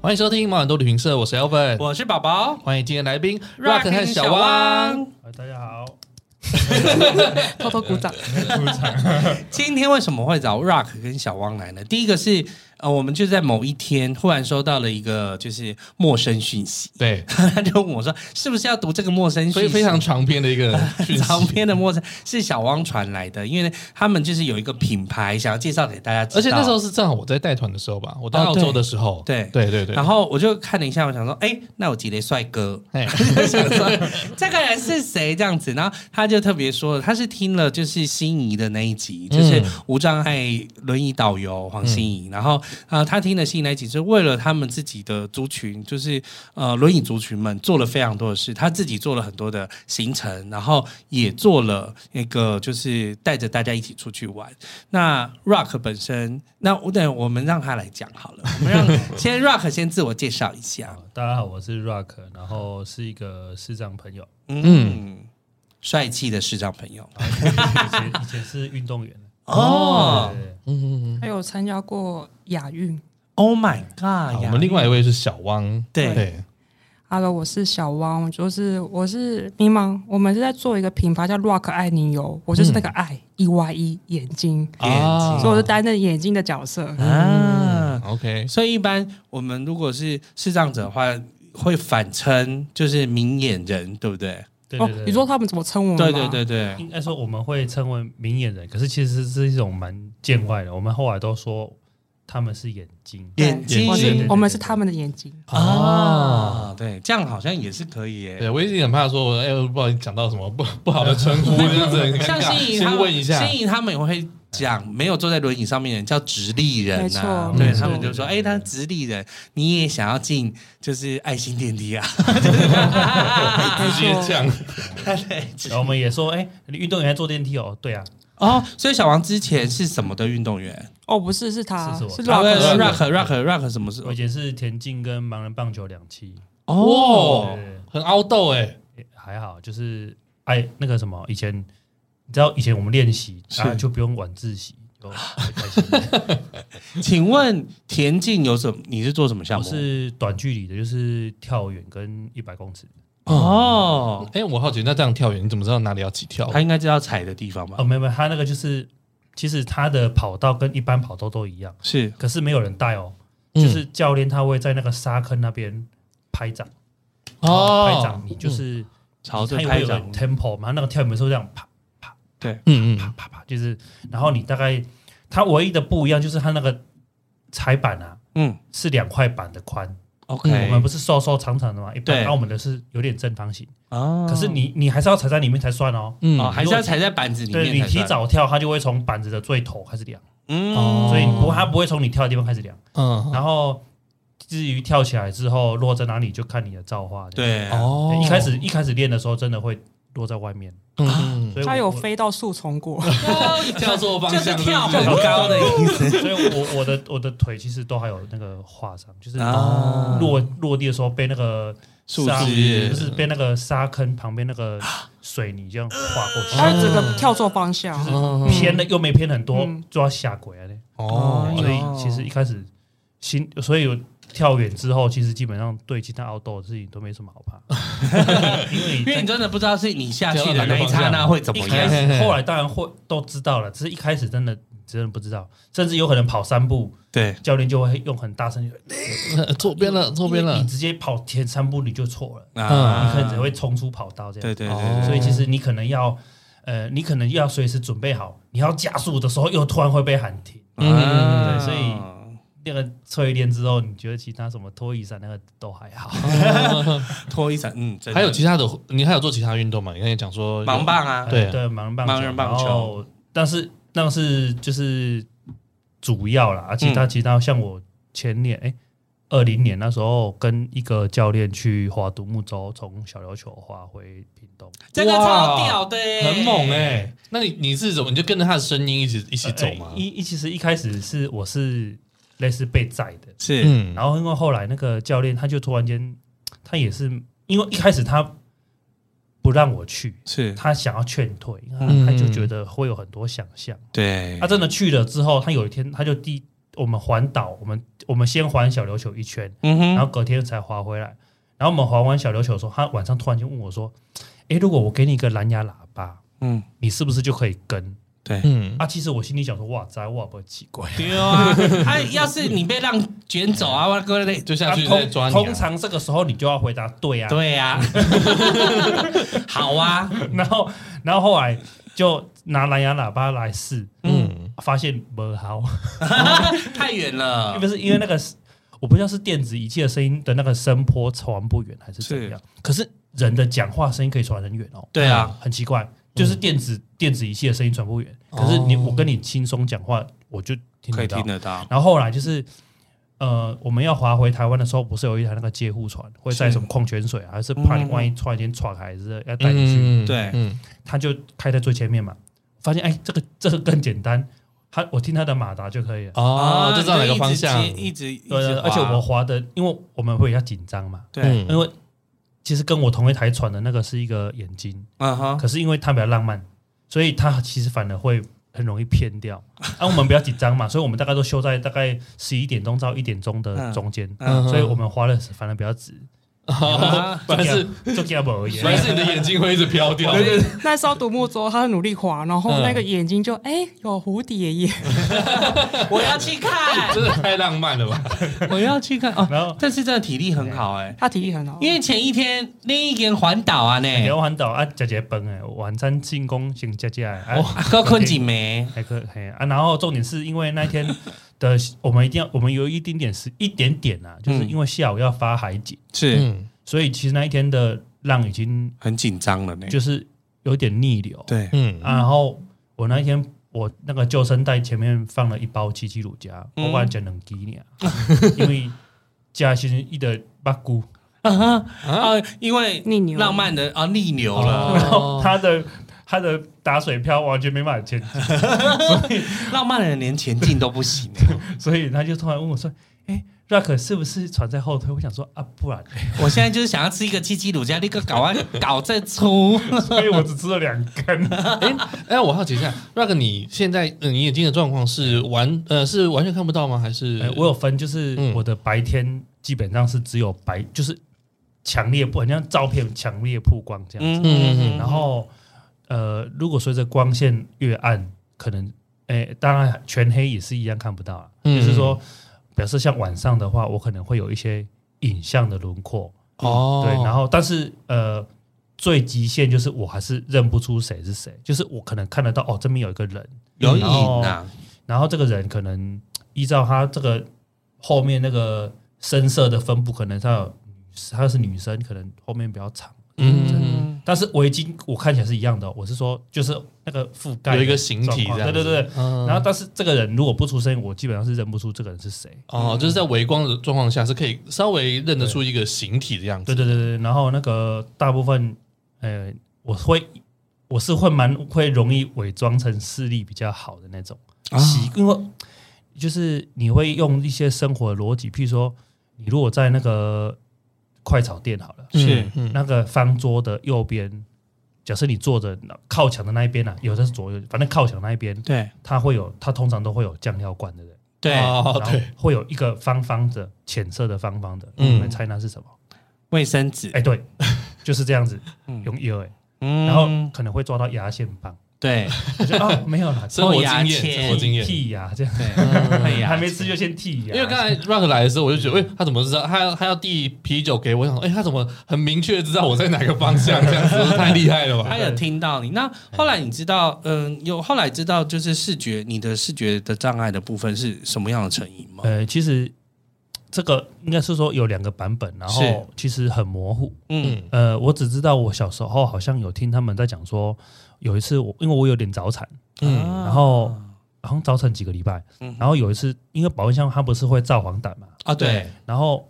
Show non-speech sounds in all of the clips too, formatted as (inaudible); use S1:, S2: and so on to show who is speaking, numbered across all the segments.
S1: 欢迎收听毛很多旅行社，我是 Elvin，
S2: 我是宝宝
S1: 欢迎今天来宾 Rock 和小汪。，
S3: 嗨，哎大家
S1: (laughs)
S3: 好。
S4: 偷偷鼓
S3: (laughs)
S4: 掌。
S2: 今天为什么会找 Rock 跟小汪来呢？第一个是呃，我们就在某一天忽然收到了一个就是陌生讯息，
S1: (laughs)
S2: (laughs)
S1: 对，
S2: 他就问我说，是不是要读这个陌生讯息？
S1: 所以非常长篇的一 (laughs) 个讯息
S2: 长篇的陌生是小汪传来的，因为他们就是有一个品牌想要介绍给大家知道，
S1: 而且那时候是正好我在带团的时候吧，我到
S2: 哦
S1: 澳
S2: 对
S1: 洲的时候，
S2: 对
S1: 对对对，
S2: 然后我就看了一下，我想说，哎，那我几雷帅哥，
S1: 嘿
S2: 想说这个人是谁这样子，然后他就特别说了，他是听了就是心仪的那一集，就是
S1: 嗯
S2: 无障碍轮椅导游黄心怡，然后啊、呃他听了心仪那一集，就为了他们自己的族群，就是呃轮椅族群们做了非常多的事，他自己做了很多的行程，然后也做了那个就是带着大家一起出去玩。那 Rock 本身，那我等我们让他来讲好了，我们让先 Rock 先自我介绍一下，
S3: 大家好，我是 Rock，然后是一个视障朋
S4: (laughs)
S3: 友，
S2: 嗯，帅气的视障朋友。
S3: 以前以前是运动员。
S2: 哦
S3: 对
S1: 嗯嗯嗯
S4: 还有参加过亚运。
S2: ，Oh my
S1: 好
S2: God！
S1: 我们另外一位是小汪，
S2: 对
S1: 对，
S4: Hello，我是小汪，我就是我是迷茫，我们是在做一个品牌叫 Rock 爱你油，我就是那个爱、E Y E 眼睛，
S1: 啊
S2: 啊，
S4: 所以我是担任眼睛的角色。
S2: 啊，
S1: OK，
S2: 所以一般我们如果是视障者的话，会反称就是明眼人，对不对？
S3: 对
S4: 哦
S3: 对对，，
S4: 你说他们怎么称我们？
S2: 对对。对对，
S3: 应该说我们会称为明眼人，可是其实是一种蛮见外的。我们后来都说他们是眼睛，
S4: 对
S2: 眼睛
S4: 我
S3: 对对
S4: 是
S3: 对
S4: 我们是他们的眼睛，
S1: 啊。
S2: 啊，对，这样好像也是可以耶。
S1: 对，我一直很怕说，哎，不好意思讲到什么不不好的称 (laughs) 呼，这样子很尴
S2: 像
S1: 尬。
S2: 心仪他
S1: 啊先问一
S2: 们，
S1: 下，
S2: 心仪他们也会讲，没有坐在轮椅上面的人叫直立人
S4: 没
S2: 呐、
S4: 错
S2: 对
S3: 没错
S2: 他们就说，哎、他直立人，你也想要进就是爱心电梯啊？ (laughs)
S1: 直接讲，
S2: 对，
S3: 然后我们也说，哎，你运动员还坐电梯哦？对啊，
S2: 哦，所以小王之前是什么的运动员？
S4: 哦，不是，是他，
S3: 是
S4: 是
S3: 我
S2: 啊
S4: Rock，
S1: 是
S2: rock rock rock 什么是
S4: 哦
S3: 我以？前是田径跟盲人棒球两期，
S2: 哦
S3: 对，对
S1: 很凹豆哎，
S3: 对还好，就是哎那个什么，以前你知道以前我们练习，
S2: 是
S3: 啊就不用晚自习，就很开
S4: (laughs)
S3: 心。
S2: 请问田径有什么？你是做什么项
S3: 我
S2: 目？
S3: 是短距离的，就是跳远跟一百公尺。嗯
S2: 哦，
S1: 哎，我好奇，那这样跳远，你怎么知道哪里要起跳？
S2: 他应该知道踩的地方吧
S3: 哦，？没有没有，他那个就是，其实他的跑道跟一般跑道都一样，
S2: 是
S3: 可是没有人带哦，
S1: 嗯
S3: 就是教练他会在那个沙坑那边拍掌，拍
S1: 哦
S3: 掌，，你就是
S2: 朝着
S3: 他有
S2: 哦拍
S3: 有个
S2: 掌，
S3: tempo 嘛，那个跳远的时候这样啪
S1: 嗯
S3: 啪
S1: 嗯，
S3: 啪啪，就是，然后你大概他唯一的不一样就是他那个踩板啊
S2: 嗯
S3: 是两块板的宽，
S1: 嗯
S3: 我
S2: ，OK，
S3: 们不是瘦瘦长长的嘛，一
S2: 对
S3: 般澳门的是有点正方形，
S2: 啊
S3: 可是你你还是要踩在里面才算哦。
S1: 嗯
S2: 哦，还是要踩在板子里
S3: 对
S2: 面
S3: 你
S2: 才算
S3: 提，早跳，它就会从板子的最头开始量，
S2: 嗯
S1: 哦
S3: 所以你不它不会从你跳的地方开始量。
S1: 嗯，
S3: 然后至于跳起来之后落在哪里，就看你的造化。这样，
S2: 对，
S1: 哦
S3: 对哎一开始一开始练的时候真的会落在外面，
S1: 嗯，
S3: 所以我
S4: 他有，飞到树丛过，
S1: 跳错方
S2: 就是
S1: 向，
S2: 跳
S1: 是不
S2: 很
S1: 是
S2: 高的意思
S3: 我 (laughs) 所以我我的我的腿其实都还有那个划伤，就是
S2: 啊
S3: 落落地的时候被那个
S2: 树
S3: 沙
S2: 枝
S3: 就是被那个沙坑旁边那个水泥这样划过去。
S4: (laughs) 啊他整个跳错方向，
S1: 嗯
S3: 偏了又没偏很多
S4: 嗯，
S3: 就要下啊轨了。
S1: 哦，
S3: 所以其实一开始心，所以我跳远之后，其实基本上对其他奥斗的事情都没什么好
S1: (laughs)
S3: 怕，
S2: 因
S3: 因为你
S2: 为你
S3: 在
S2: 真的不知道是你下去的那一刹那会怎
S3: 一
S2: 么
S3: 开
S2: 样。
S3: 始，后来当然会都知道了，只是一开始真的真的不知道，甚至有可能跑三步，
S2: 对，
S3: 教练就会用很大声，
S1: 左哎边了，左边
S3: 因为
S1: 了
S3: 你，直接跑前三步你就错了，
S2: 啊
S3: 你可能只会冲出跑道这样。
S2: 对对
S1: 哦
S2: 对，
S3: 所以其实你可能要，呃，你可能要随时准备好，你要加速的时候又突然会被喊停。
S1: 嗯
S2: 啊
S3: 对所以
S2: 嗯
S3: 那个淬炼之后，你觉得其他什么脱衣伞那个都还好，
S2: 拖一伞，嗯，真的
S1: 还有其他的，你还有做其他运动吗？你刚才讲说
S2: 盲棒啊，
S1: 对
S3: 对，盲人棒
S2: 盲人棒球
S3: 球然后，但是那
S1: 嗯
S3: 个是就是主要啦，啊，其他其他像我前年哎、二零年那时候跟一个教练去划独木舟，从小琉球划回屏东。
S2: 这个超屌的耶，
S1: 很猛哎、
S2: 欸
S1: 那你你是怎么？你就跟着他的声音一起一起走吗
S3: 呃？一一其实一开始是我是类似被载的，
S2: 是
S1: 嗯，
S3: 然后因为后来那个教练他就突然间，他也是因为一开始他不让我去，
S2: 是，
S3: 他想要劝退，因为
S1: 嗯
S3: 他他就觉得会有很多想象。
S2: 对
S3: 他，真的去了之后，他有一天他就第我们环岛，我们我们先环小琉球一圈，
S2: 嗯
S3: 然
S2: 哼，
S3: 后隔天才滑回来。然后我们滑完小琉球的时候，他晚上突然间问我说：“诶，如果我给你一个蓝牙喇叭，
S2: 嗯，
S3: 你是不是就可以跟
S2: 对？”
S1: 嗯，
S3: 啊，其实我心里想说：“哇塞，我不奇怪。
S2: 对 (laughs) 啊，他要是你被浪卷走啊，我哥嘞，
S1: 就
S3: 啊
S1: 下去再
S3: 通
S1: 抓你、
S3: 通
S1: 啊。
S3: 常这个时候你就要回答对啊，
S2: 对呀、啊， (laughs) 好啊，
S3: (laughs) 然后然后后来就拿蓝牙喇叭来试，
S1: 嗯，
S3: 发现不好，
S2: 太远了
S3: 特，别是因为那个我不知道是电子仪器的声音的那个声波传不远还是怎样，可是人的讲话声音可以传很远哦。
S2: 对啊，
S3: 很奇怪，就是电子、电子仪器的声音传不远，可是你、
S1: 哦
S3: 我跟你轻松讲话，我就听
S2: 可
S3: 得
S2: 以
S3: 到
S2: 听。得到，
S3: 然后后来就是。呃，我们要划回台湾的时候，不是有一台那个接护船会载
S2: 是
S3: 什么矿泉水啊，还是怕你
S2: 嗯
S3: 万一突然间闯海，还是要带你去？
S1: 嗯，
S2: 对
S1: 嗯，
S3: 他就开在最前面嘛，发现哎、这个这个更简单，他我听他的马达就可以了。
S1: 哦，就知道哪个方向嗯
S2: 啊，你就一直接一直一
S3: 对
S2: 直
S3: 对，
S2: 滑，
S3: 而且我滑的，因为我们会比较紧张嘛，
S2: 对，
S3: 因
S1: 嗯
S3: 为其实跟我同一台船的那个是一个眼睛，
S2: 嗯哼，
S1: 哦
S3: 可是因为他比较浪漫，所以他其实反而会很容易骗
S1: (laughs)
S3: 掉。啊，我们比较紧张嘛，所以我们大概都修在大概十一点钟到一点钟的中间，
S1: 嗯
S3: 所以我们滑的反而比较直。 (laughs)
S1: 啊 (laughs) 反正是
S3: 做 g a b 而已，
S1: 反正是你的眼睛会一直飘掉。对对
S4: (laughs) 那艘独木舟，他努力划，然后那个眼睛就哎、有蝴蝶耶， (laughs)
S2: 我要去看，
S1: 真的太浪漫了吧？
S2: (laughs) 我要去看哦，
S3: 然后
S2: 但是真的体力很好哎，
S4: 他体力很好，
S2: 因为前一天另一个人环岛啊
S1: 哎
S2: 呢，
S3: 聊环岛啊，食一饭诶，晚餐进攻先食食诶，
S1: 哦
S2: 啊
S3: 啊
S2: 喝困几枚，
S3: 还可以嘿啊。然后重点是因为那一天的我们一定要，我们有一丁点是一点点啊，就是
S2: 嗯
S3: 因为下午要发海景，
S2: 是
S1: 嗯，
S3: 所以其实那一天的浪已经
S2: 很紧张了呢，
S3: 就是有点逆流。
S2: 对，
S1: 嗯
S3: 啊，然后我那一天我那个救生带前面放了一包七七乳加，
S2: 嗯
S3: 我把它整两支呢，因为加其实一的八菇，
S2: 啊哈 (laughs) 啊，因为
S4: 逆流
S2: 浪漫的啊逆流了，
S3: 然后
S1: 哦，
S3: (laughs) 它的它的打水漂完全没办法前进。
S2: 浪漫的人连前进都不行欸，
S3: 所以他就突然问我说：“哎、r o c k 是不是船在后推？”我想说啊，不然，
S2: 我现在就是想要吃一个七七乳加，立刻搞完啊搞再出，
S3: 所以我只吃了两 (laughs) 根。
S1: 哎哎，我好奇一下，rug，你现在嗯你眼睛的状况是完呃是完全看不到吗？还是
S3: 哎我有分，就是
S1: 嗯
S3: 我的白天基本上是只有白，就是强烈不，很像照片强烈曝光这
S2: 嗯
S3: 样。
S1: 嗯嗯
S3: 然后呃，如果随着光线越暗，可能哎、当然全黑也是一样看不到啊。
S1: 嗯
S3: 就是说，表示像晚上的话，我可能会有一些影像的轮廓。
S1: 哦
S3: 对，然后但是呃，最极限就是我还是认不出谁是谁，就是我可能看得到哦，这边有一个人，
S2: 有瘾
S3: 然后
S2: 啊，
S3: 然后这个人可能依照他这个后面那个深色的分布，可能他有他是女生，可能后面比较长，
S1: 嗯，
S3: 但是围巾我看起来是一样的哦、我是说就是那个覆盖
S1: 有一个
S3: 的
S1: 形
S3: 状
S1: 体
S3: 况
S1: 这样
S3: 对对对。对
S1: 嗯
S3: 然后，但是这个人如果不出声，我基本上是认不出这个人是谁。
S1: 哦，就是在微光的状况下是可以稍微认得出一个形体的样
S3: 对
S1: 子。
S3: 对对对，然后那个大部分，呃，我会我是会蛮会容易伪装成视力比较好的那种
S1: 啊
S3: 习，因为就是你会用一些生活的逻辑，譬如说，你如果在那个快炒店好了，
S2: 是
S1: 嗯，
S3: 那个方桌的右边，假设你坐着靠墙的那一边啊，有的是左右，反正靠墙那一边，
S2: 对
S3: 它会有，它通常都会有酱料罐，对不对？
S2: 对，
S1: 哦，
S3: 然后
S1: 对，
S3: 会有一个方方的浅色的方方的，
S1: 嗯
S3: 你们猜那是什么？
S2: 卫生纸，
S3: 哎、对，就是这样子
S2: 嗯，
S3: 用有哎，
S2: 嗯
S3: 然后可能会抓到牙线棒，
S2: 对
S3: 我就啊没有啦，
S1: (laughs)
S3: 哦
S1: 生活经
S2: 后牙
S1: 验，
S2: 签
S1: 生活经验。嗯
S3: 剔牙这样，
S2: 对，哎呀
S3: (laughs)
S1: (laughs)
S3: 还没吃就先剔牙，
S1: 因为刚才 Rock 来的时候，我就觉得，哎、他怎么知道？他要他要递啤酒给我，我想说，哎、他怎么很明确地知道我在哪个方向？这样子 (laughs) 太厉害了吧？
S2: (laughs) 他有听到你。那后来你知道，嗯，有后来知道就是视觉，你的视觉的障碍的部分是什么样的成因吗？
S3: 呃，其实这个应该是说有两个版本，然
S2: 是
S3: 后其实很模糊。
S2: 嗯，
S3: 呃，我只知道我小时候好像有听他们在讲说，有一次我因为我有点早产，
S1: 嗯
S3: 然后好像早产几个礼拜，
S2: 嗯哼
S3: 然后有一次，因为保温箱它不是会造黄疸嘛，
S2: 啊，对，
S3: 然后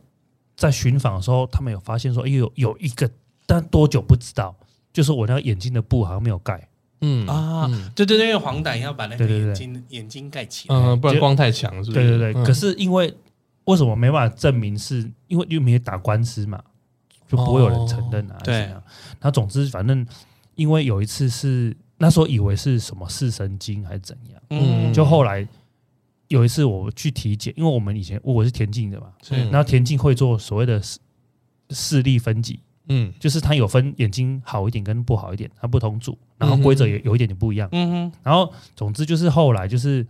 S3: 在巡访的时候，他们有发现说，哎、有有一个，但多久不知道，就是我那个眼睛的布好像没有盖，
S1: 嗯
S2: 啊
S1: 嗯
S2: 对对对，因为黄疸要把那个
S3: 对对对
S2: 眼睛眼睛盖起来。
S1: 嗯，不然光太强是不
S3: 对
S1: 是？
S3: 对
S1: 嗯
S3: 对。可是因为为什么没办法证明是，因为又没有打官司嘛，就不会有人承认啊。
S2: 哦对
S3: 啊。那总之，反正因为有一次是那时候以为是什么视神经还是怎样，
S1: 嗯
S3: 就后来有一次我去体检，因为我们以前我是田径的嘛，
S1: 嗯
S3: 然后田径会做所谓的视视力分级，
S1: 嗯
S3: 就是它有分眼睛好一点跟不好一点，它不同组，然后规则也有一点点不一样。
S2: 嗯
S3: 然后总之就是后来就是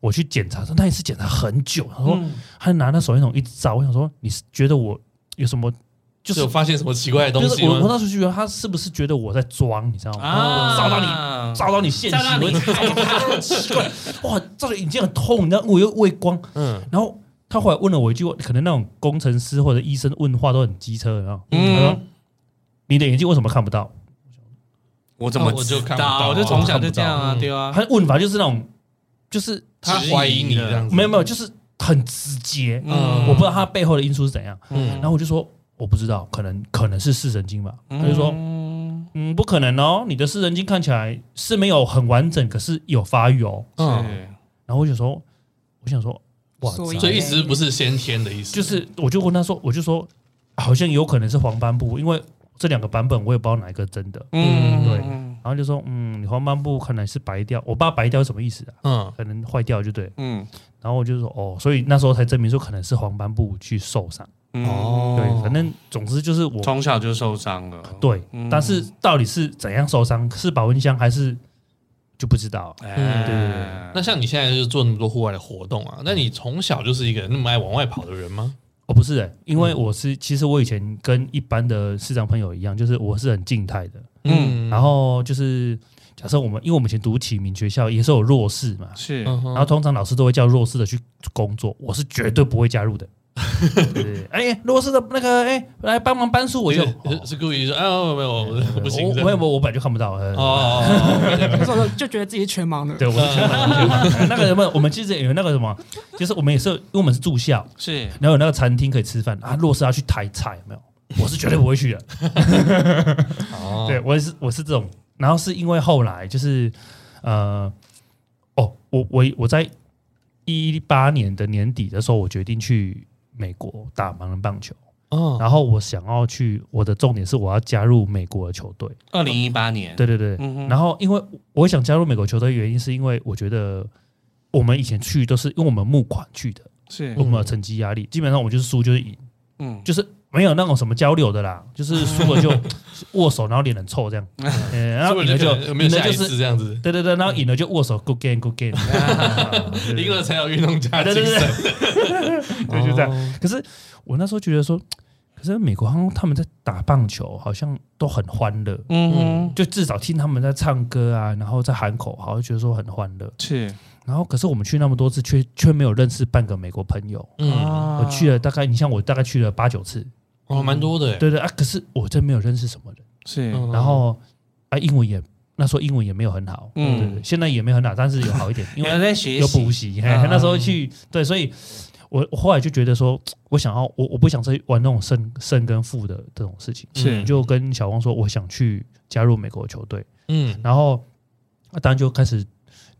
S3: 我去检查，那一次检查很久，然
S2: 哼，
S3: 后
S2: 嗯
S3: 他拿那手电筒一直照，我想说你是觉得我有什么？就是是
S1: 有发现什么奇怪的东
S3: 就是
S1: 西
S3: 我
S1: 吗？
S3: 我
S1: 啊
S3: 那时候就觉得他是不是觉得我在装，你知道吗？我照到你
S2: 你
S3: 照到你现
S2: 嗯啊照到
S3: 实，
S2: 你
S3: 我就觉得奇怪，哇，照到眼睛很痛，你知道我又畏光，
S1: 嗯
S3: 然后他后来问了我一句，可能那种工程师或者医生问话都很机车，然后、
S2: 嗯
S3: 他说：“你的眼睛为什么看不到
S2: 我怎么
S1: 哦我就
S2: 知
S1: 看不
S2: 道啊
S1: 到啊
S2: 我就从小就这样啊，
S1: 嗯
S2: 对？”啊，
S3: 他问法就是那种，就是
S1: 他怀疑你这样子，
S3: 没有没有，就是很直接。
S1: 嗯
S3: 我不知道他背后的因素是怎样，
S1: 嗯
S3: 然后我就说我不知道，可能可能是视神经吧。他就说
S2: 嗯
S3: 嗯，不可能哦，你的视神经看起来是没有很完整，可是有发育哦。
S1: 嗯，
S3: 然后我就说，我想说，哇，
S4: 所以
S1: 所以意思不是先天的意思，
S3: 就是我就问他说，我就说好像有可能是黄斑部，因为这两个版本我也不知道哪一个真的。
S2: 嗯
S3: 对
S2: 嗯
S3: 然后就说，嗯，你黄斑部看来是白掉，我不知道白掉是什么意思啊，
S1: 嗯
S3: 可能坏掉就对。
S2: 嗯
S3: 然后我就说，哦，所以那时候才证明说可能是黄斑部去受伤。
S2: 嗯
S1: 哦
S3: 对，反正总之就是我
S2: 从小就受伤了，
S3: 对
S2: 嗯，
S3: 但是到底是怎样受伤，是保温箱还是就不知道啊。
S2: 哎，
S1: 嗯
S3: 对对
S1: 那像你现在就是做那么多户外的活动
S3: 嗯
S1: 啊，那你从小就是一个那么爱往外跑的人吗？
S3: 哦，不是、欸，因为我是其实我以前跟一般的市长朋友一样，就是我是很静态的，
S2: 嗯
S3: 然后就是假设我们，因为我们以前读启明学校也是有弱势嘛，
S2: 是
S1: 嗯
S3: 然后通常老师都会叫弱势的去工作，我是绝对不会加入的。对对对哎、弱势的那个哎、来帮忙搬书，我
S1: 我
S3: 就。
S1: 就
S3: 哦嗯
S1: 是是故意说啊，没有，我我 (laughs) 不行，
S3: 我
S1: 这样
S3: 我我我本来就看不嗯到，呃
S1: 哦
S3: (laughs)
S1: 哦，哦
S4: 那时候就觉得自己是全盲的。
S3: 对，我是全盲全盲。那个什么，我们其实有那个什么，就是我们也是，因为我们是住校，
S2: 是，
S3: 然后有那个餐厅可以吃饭啊。若是要去抬菜，有没有？我是绝对不会去的。
S1: 哦
S3: (laughs) 对，我也是我是这种，然后是因为后来就是呃，哦，我我我在一八年的年底的时候，我决定去美国打盲人棒球，
S1: 哦
S3: 然后我想要去，我的重点是我要加入美国的球队。
S2: 二零一八年，
S3: 对对对，
S2: 嗯哼
S3: 然后因为我想加入美国球队，原因是因为我觉得我们以前去都是因为我们募款去的，
S2: 是
S3: 我们有成绩压力，基本上我就是输就是赢，
S2: 嗯
S3: 就是没有那种什么交流的啦，就是输了就握手，然后脸很臭这样，嗯然后
S1: 所以
S3: 赢了就
S1: 可能有没有
S3: 赢了
S1: 下
S3: 就
S1: 一
S3: 是
S1: 次这样子？
S3: 对对对，然后赢了就握手，good game，good game，
S1: 赢了才有运动家
S3: 啊，对
S1: 精
S3: 对对
S1: 神，，哦
S3: 对，就这样。
S1: 样。
S3: 可是我那时候觉得说，可是美国好像他们在打棒球，好像都很欢乐，
S2: 嗯哼
S3: 就至少听他们在唱歌啊，然后在喊口号，就觉得说很欢乐。
S2: 是
S3: 然后可是我们去那么多次，却却没有认识半个美国朋友。
S1: 嗯，
S2: 啊
S3: 我去了大概，你像我大概去了八九次，
S1: 哦，蛮多的欸。
S3: 对对啊，可是我真没有认识什么人。
S2: 是
S1: 嗯
S3: 然后啊，英文也那时候英文也没有很好，
S2: 嗯
S3: 嗯，对对，现在也没有很好，但是有好一 (laughs) 点，
S2: 因
S3: 因为
S2: 为在学
S3: 有
S2: 习
S3: 补，习，啊嘿
S2: 嗯
S3: 那时候去对，所以我我后来就觉得说，我想要我我不想再玩那种胜胜跟负的这种事情，
S2: 是
S1: 嗯
S3: 就跟小光说，我想去加入美国球队，
S1: 嗯
S3: 然后啊当然就开始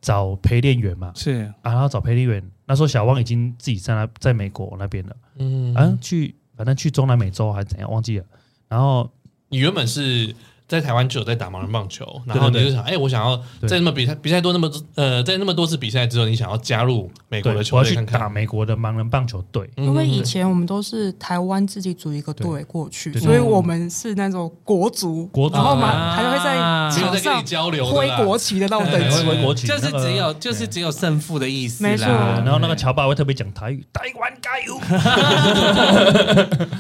S3: 找陪练员嘛，
S2: 是
S3: 啊，然后找陪练员，那时候小汪已经自己在那在美国那边了，
S1: 嗯
S3: 啊，去反正去中南美洲还是怎样忘记了，然后
S1: 你原本是在台湾就有在打盲人棒球，然后
S3: 对
S1: 你
S3: 对
S1: 就想，哎，我想要
S3: 对
S1: 在那么比赛比赛多那么呃，在那么多次比赛之后，你想要加入美国
S3: 对，
S1: 的
S3: 我
S1: 球
S3: 要
S1: 队
S3: 去
S1: 看
S3: 打
S1: 看，
S3: 美国的盲人棒球队，
S1: 嗯
S4: 因为以前我们都是台湾自己组一个队过去，
S3: 对对
S4: 所以我们是那种国足，
S3: 国足
S4: 然后嘛
S2: 啊
S4: 还会
S1: 没
S4: 在
S1: 有
S4: 场
S1: 在跟你
S4: 上
S1: 交流的
S4: 挥
S1: 啦
S4: 国旗的那种等
S1: 对
S4: 级。
S1: 对
S3: 回国旗
S2: 就是
S3: 那个
S2: 只有就是只有胜负的意思
S4: 没
S2: 啦，
S4: 错
S3: 啊然后那个乔爸会特别讲台语，台湾加油！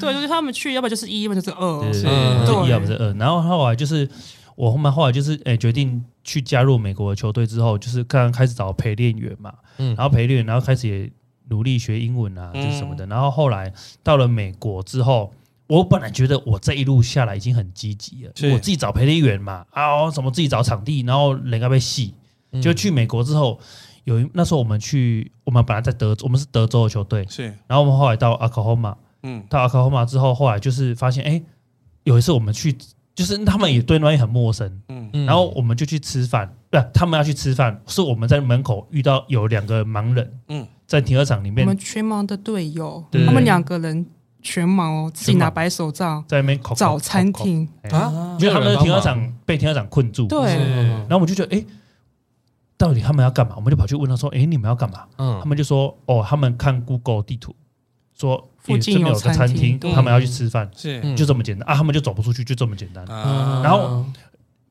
S4: 对，就是他们去，要不然就是一，要不然就是
S3: 对
S4: 二。
S3: 对
S4: 是
S1: 嗯
S3: 对，
S4: 对
S3: 一啊不是二。然后后来就是我后面后来就是哎决定去加入美国的球队之后，就是刚开始找陪练员嘛，
S1: 嗯
S3: 然后陪练员，然后开始也努力学英文啊，就是什么的。然后后来到了美国之后。我本来觉得我这一路下来已经很积极了，
S2: 是
S3: 我自己找陪练员嘛，啊，什么自己找场地，然后人家被戏，
S1: 嗯
S3: 就去美国之后，有一那时候我们去，我们本来在德州，我们是德州的球队，
S2: 是，
S3: 然后我们后来到 Oklahoma，
S2: 嗯，
S3: 到 Oklahoma 之后，后来就是发现，哎、有一次我们去，就是他们也对那边很陌生，
S1: 嗯
S3: 然后我们就去吃饭，不、他们要去吃饭，是我们在门口遇到有两个盲人，
S2: 嗯
S3: 嗯，在停车场里
S4: 我
S3: 面
S4: 们全盲的队友，
S3: 对
S4: 他们两个人全盲哦，自己拿白手杖
S3: 在那边口
S4: 找餐，厅，
S1: 啊，
S3: 因为他们
S1: 没有人
S3: 的
S1: 帮
S3: 停车
S1: 忙
S3: 场被停车场困住，
S4: 对，
S1: 是
S3: 然后我们就觉得，哎、到底他们要干嘛？我们就跑去问他说，哎、你们要干嘛？他
S1: 嗯，
S3: 们就说，哦，他们看 Google 地图说
S4: 附近
S3: 诶这边
S4: 有
S3: 有个
S4: 餐
S3: 餐厅，
S2: 厅
S3: 他们要去吃饭，
S2: 是，
S1: 嗯
S3: 就这么简单啊！他们就走不出去，就这么简单。
S4: 嗯
S2: 啊，
S3: 然后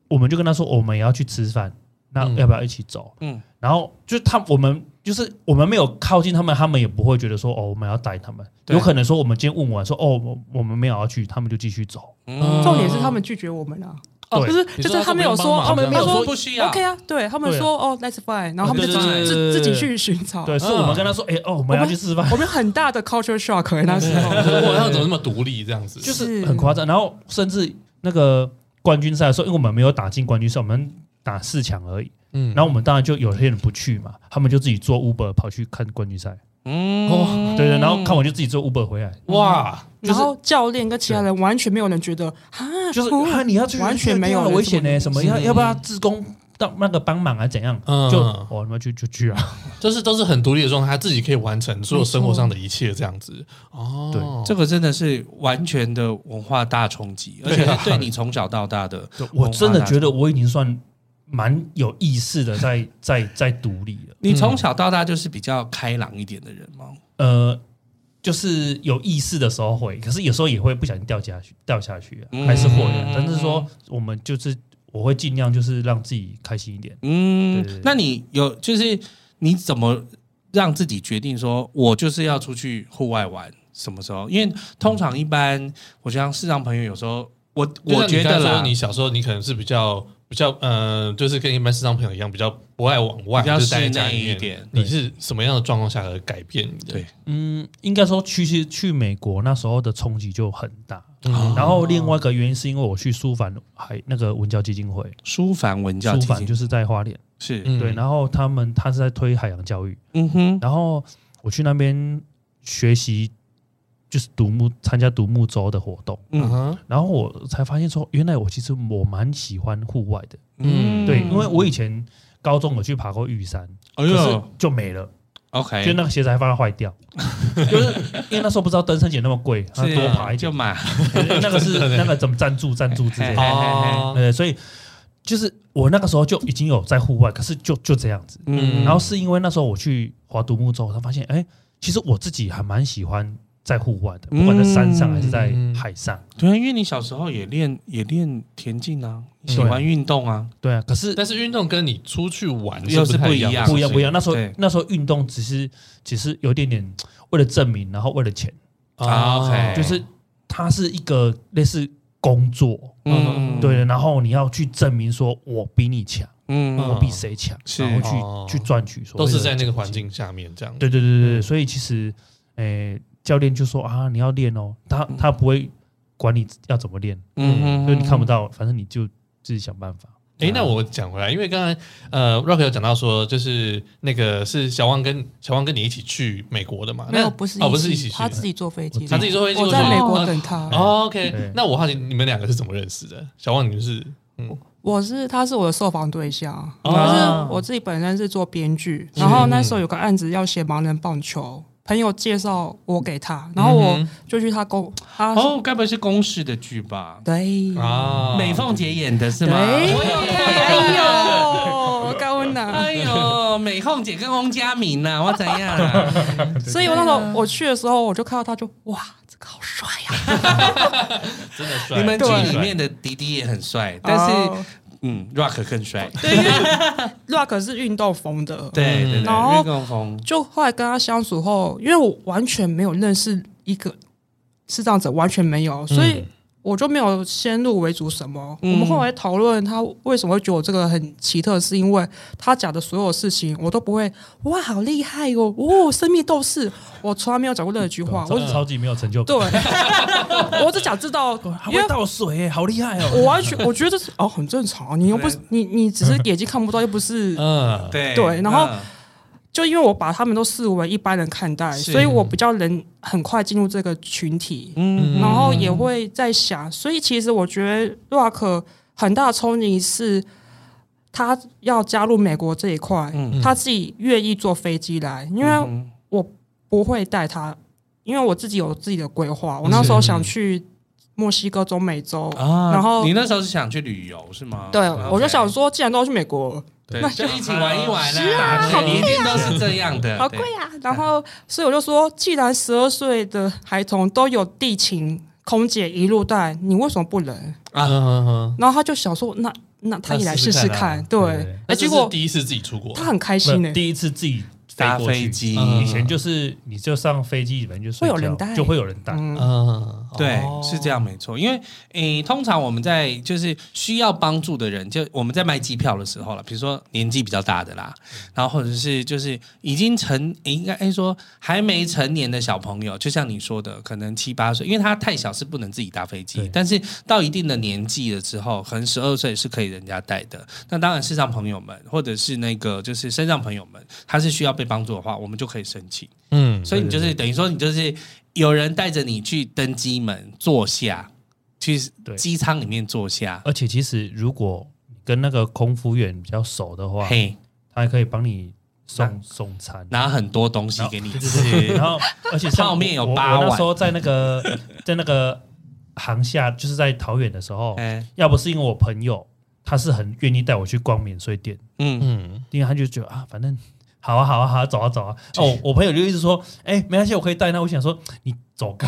S3: 我们就跟他说，我们也要去吃饭，那
S1: 嗯
S3: 要不要一起走？
S2: 嗯
S3: 然后就他我们就是我们没有靠近他们，他们也不会觉得说哦我们要带他们，
S2: 对
S3: 有可能说我们今天问完说哦我我们没有要去，他们就继续走。
S1: 嗯
S4: 重点是他们拒绝我们了。哦，
S3: 对
S4: 不是，
S1: 你
S4: 就
S1: 说
S4: 是
S1: 他
S4: 他们有
S1: 说
S4: 说，
S1: 他们没有
S4: 他
S1: 说
S4: 说
S1: 不需要
S4: OK 啊，对他们
S3: 对啊
S4: 说哦，That's fine，然后他们就
S1: 对对对
S4: 自
S1: 对
S4: 自
S1: 对
S4: 自
S1: 对
S4: 己去寻找。
S3: 对，是我们跟他说哎、哦我们要去吃饭，
S4: 啊我们很大的 culture shock 欸那时候，
S1: 我要怎么那么独立这样子？
S3: 就是很夸张。然后甚至那个冠军赛的时候，因为我们没有打进冠军赛，我们打四强而已。
S1: 嗯
S3: 然后我们当然就有些人不去嘛，他们就自己坐 Uber 跑去看冠军赛。
S2: 嗯
S3: 哦，对对，然后看完就自己坐 Uber 回来。
S1: 哇，
S4: 然后教练跟其他人完全没有人觉得啊，
S3: 就是 (laughs)
S4: 不
S3: 啊，你要去
S4: 完全没有
S3: 这样
S4: 人
S3: 危险
S4: 这么
S3: 呢，什么要
S1: 嗯
S3: 要不要自工到那个帮忙啊，怎样？
S1: 嗯
S3: 就我他妈去就去啊，
S1: 就是都是很独立的状态，他自己可以完成所有生活上的一切这样子。哦，
S3: 对
S2: 这个真的是完全的文化大冲击，而且是对你从小到大的，
S3: 我真的觉得我已经算蛮有意识的在在在独立了，
S2: 你从小到大就是比较开朗一点的人吗？
S3: 呃。就是有意识的时候会，可是有时候也会不小心掉下去，掉下去啊、
S2: 嗯
S3: 还是会的。但是说，我们就是我会尽量就是让自己开心一点。对对
S2: 嗯
S3: 对，
S2: 那你有就是你怎么让自己决定说，我就是要出去户外玩什么时候？因为通常一般，我像视障朋友有时候，我
S1: 就
S2: 我
S1: 像你
S2: 觉
S1: 刚才
S2: 得
S1: 说
S2: 啦，
S1: 你小时候你可能是比较比较，嗯、就是跟一般市场朋友一样，比较不爱往外，
S2: 比较
S1: 就是待在
S2: 室
S1: 家
S2: 内
S1: 里
S2: 一
S1: 面。
S2: 点，
S1: 你是什么样的状况下而改变你的？
S2: 对
S3: 嗯，应该说去去去美国那时候的冲击就很大。
S2: 哦
S1: 嗯
S3: 然后另外一个原因是因为我去苏凡还那个文教基金会，
S2: 舒凡文教
S3: 苏
S2: 基
S3: 凡
S2: 金
S3: 就是在花莲，
S2: 是，
S1: 嗯
S3: 对，然后他们他是在推海洋教育，
S2: 嗯哼，
S3: 然后我去那边学习，就是独木参加独木舟的活动，
S1: 嗯
S2: 嗯
S1: 哼
S3: 然后我才发现说，原来我其实我蛮喜欢户外的，
S1: 嗯
S3: 对，因为我以前高中我去爬过玉山，
S2: 哎
S3: 可是
S2: 呦
S3: 就没了，就
S2: ，OK，
S3: 那个鞋子还放到坏
S2: (laughs)
S3: 掉，就是因为那时候不知道登山鞋那么贵，他
S2: 是啊
S3: 多爬一点
S2: 就，买，
S3: 那个是那个怎么赞助赞助之类的
S2: 嘿。嘿
S1: 哦，
S3: 呃，所以就是我那个时候就已经有在户外，可是就就这样子。
S1: 嗯
S3: 然后是因为那时候我去划独木舟，他发现哎、其实我自己还蛮喜欢在户外的，
S2: 嗯
S3: 不管在山上还是在海上。
S2: 对，啊因为你小时候也练也练田径啊，喜
S3: 对啊
S2: 欢运动啊，
S3: 对啊，可是
S1: 但是运动跟你出去玩
S2: 又
S1: 是
S2: 是
S1: 太
S2: 不
S1: 一
S2: 一样
S1: 的
S2: 但
S3: 不一样不一样。那时候
S2: 对
S3: 那时候运动只是只是有点点为了证明，然后为了钱，
S2: 啊
S1: 哦
S2: OK
S3: 就是它是一个类似工作。
S2: 嗯，
S3: 对，然后你要去证明说我比你强，
S2: 嗯，
S1: 嗯
S3: 我比谁强，
S2: 是
S3: 然后
S1: 哦
S3: 去去赚取所谓
S1: 都
S3: 的
S1: 是在那个
S3: 奖
S1: 环
S3: 金
S1: 境下面这样。
S3: 对对对
S2: 嗯
S3: 对对，所以其实，诶、教练就说啊，你要练哦，他他不会管你要怎么练，
S2: 嗯，
S3: 因为你看不到，反正你就自己想办法。
S1: 哎、
S2: 啊
S1: 那我讲回来，因为刚才呃，Rock 有讲到说，就是那个是小王跟小王跟你一起去美国的嘛？
S4: 没有
S1: 那
S4: 不是
S1: 哦，
S4: 一
S1: 不是
S4: 起
S1: 一起去
S4: 他，自己坐飞机，
S1: 他自己坐飞机
S4: 我
S1: 过
S4: 在
S1: 去
S4: 美国
S1: 哦
S4: 等他。
S1: 哦 OK，
S3: 对
S1: 那我好奇你们两个是怎么认识的？小旺，你们是
S4: 我是他是我的受访对象，
S1: 哦
S4: 就是我自己本身是做编剧，然后那时候有个案子要写盲人棒球，朋友介绍我给他，然后我
S1: 嗯
S4: 就去他公他
S2: 哦，该不会是公式的剧吧？哦
S4: 对
S1: 哼啊，
S2: 美凤姐演的是
S4: 对，
S2: 吗？
S4: (laughs) 哎呦，高温呐！
S2: 哎呦，美凤姐跟翁佳明呐，我怎样 (laughs) 啊？
S4: 所以我那时候我去的时候，我就看到他就哇，这个好帅啊呀！
S1: 真的帅，
S2: 你们剧
S1: 真的
S2: 里
S1: 帅
S2: 面的迪迪也很帅，但是
S4: 哦
S2: 嗯，Rock 更帅，
S4: 对，因为 Rock 是运动风的，
S2: 对对对，
S4: 然后
S2: 岳更风，
S4: 就后来跟他相处后，因为我完全没有认识一个视障者，完全没有，所以我就没有先入为主什么。
S2: 嗯
S4: 我们后来讨论他为什么会觉得我这个很奇特，是因为他讲的所有事情我都不会，哇，好厉害哦，哦，生命斗士，我从来没有讲过那句话，
S3: 超
S4: 我
S3: 级
S4: 只
S3: 超级没有成就
S4: 对
S3: 感，，
S4: (laughs) 我只想知道，
S3: 还
S4: 因为
S3: 会倒水耶，好厉害哦！
S4: 我完全我觉得这是啊
S2: 啊
S4: 哦很正常，你又不是你你只是眼睛看不到，又不是
S1: 嗯，
S2: 对
S4: 对然后
S2: 嗯
S4: 就因为我把他们都视为一般人看待，
S2: 是
S4: 所以我比较能很快进入这个群体。
S2: 嗯
S4: 然后也会在想，所以其实我觉得 Rock 很大的冲击是，他要加入美国这一块，
S2: 嗯
S4: 他自己愿意坐飞机来，因为
S2: 嗯
S4: 我不会带他，因为我自己有自己的规划。我那时候想去墨西哥、中美洲，
S2: 啊，
S4: 然后
S2: 你那时候是想去旅游是吗？
S4: 对
S2: OK
S4: 我就想，说，既然都要去美国，
S2: 对，
S4: 那
S2: 就一起玩一玩
S4: 是啊
S2: 啦，
S4: 好
S2: 对你一定都是这样的，
S4: 好贵啊！然后，所以我就说，既然十二岁的孩童都有地勤、空姐一路带，你为什么不能？
S1: 嗯哼哼，
S4: 然后他就想说，那那他也来试试看，
S3: 那试试看啊
S4: 对
S3: 对。
S4: 哎，
S1: 那
S4: 结
S1: 结
S4: 果
S1: 果第一次自己出国，
S4: 他很开
S3: 不
S4: 心欸呢、
S3: 第一次自己飞
S2: 搭
S3: 过
S2: 飞
S3: 去，
S2: 机，
S1: 嗯
S3: 以前就是你就上飞机，里面就睡
S4: 会有人带
S3: 觉，就会有人带。
S4: 嗯，
S1: 嗯，
S2: 对
S1: 哦，
S2: 是这样没错。因为诶、通常我们在就是需要帮助的人，就我们在卖机票的时候了，比如说年纪比较大的啦，然后或者是就是已经成，诶应该诶说还没成年的小朋友，就像你说的，可能七八岁，因为他太小是不能自己搭飞机
S3: 对，
S2: 但是到一定的年纪了之后，可能十二岁是可以人家带的。那当然，视障朋友们或者是那个就是身障朋友们，他是需要被帮助的话，我们就可以申请。
S1: 嗯，
S2: 所以你就是等于说，你就是有人带着你去登机门坐下，去
S3: 对
S2: 机舱里面坐下。
S3: 而且其实如果你跟那个空服员比较熟的话，
S2: 嘿，
S3: 他还可以帮你送送餐。
S2: 拿很多东西给你
S1: 哦
S3: 然
S1: (laughs)
S2: 吃，
S3: 后，而且像
S2: 泡面有
S3: 我我
S2: 八碗
S3: 我那时候在那个在那个航厦，就是在桃园的时
S2: (laughs)
S3: 候，
S2: (laughs) 哎，
S3: 要不是因为我朋友，他是很愿意带我去逛免税店，
S2: 嗯，
S1: 嗯，
S3: 因为他就觉得啊，反正好啊，好啊，好啊，走啊， (laughs) 走啊。哦，我我朋友就一直说，哎、没关系，我可以带。那我想说，你走 (laughs) 开。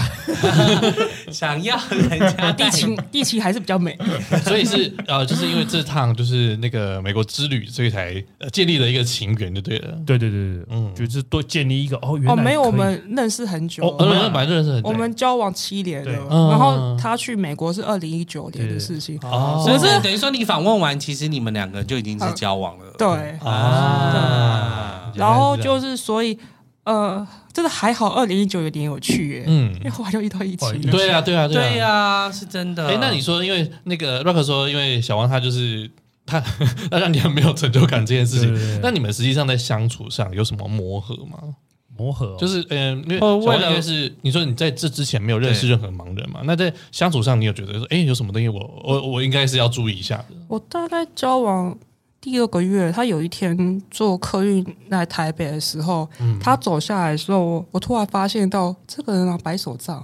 S2: 想要人
S4: (laughs)
S2: 家带
S4: 地勤地勤还是比较美，
S1: 所以是呃，就是因为这趟就是那个美国之旅，所以才呃建立了一个情缘，就对了。
S3: 对对对对，
S1: 嗯
S3: 嗯，就是多建立一个哦，原来
S4: 哦，没有，
S3: 可以
S4: 我们认识很久
S1: 哦，我
S4: 了，
S1: 们本来就认识很久
S4: 我们交往七年
S3: 对
S4: 了，
S1: 嗯
S4: 然后他去美国是二零一九年的事情，
S1: 哦
S2: 所以
S4: 我是
S2: 等于说你访问完，其实你们两个就已经是交往了。
S4: 对，
S1: 啊，
S4: 然后就是是所以呃，真的还好，二零一九有点有趣耶、
S1: 嗯
S4: 因，为后来就遇到疫
S3: 不好意
S4: 情
S3: 思
S4: 了，
S1: 对啊，对啊，
S2: 对
S1: 啊。
S2: 呀，是真的。
S1: 哎，那你说，因为那个 Rock 说，因为小王他就是他， (laughs) 他让你很没有成就感这件事
S3: 对对
S1: 情
S3: 对，
S1: 那你们实际上在相处上有什么磨合吗？
S3: 磨合、哦，
S1: 就是嗯，因为
S2: 哦
S1: 小王
S2: 为了
S1: 应该是你说你在这之前没有认识
S2: 对
S1: 任何盲人嘛，那在相处上你有觉得说，哎，有什么东西我我我应该是要注意一下的？
S4: 我大概交往第二个月，他有一天坐客运来台北的时候，他走下来的时候，我我突然发现到这个人拿白手杖、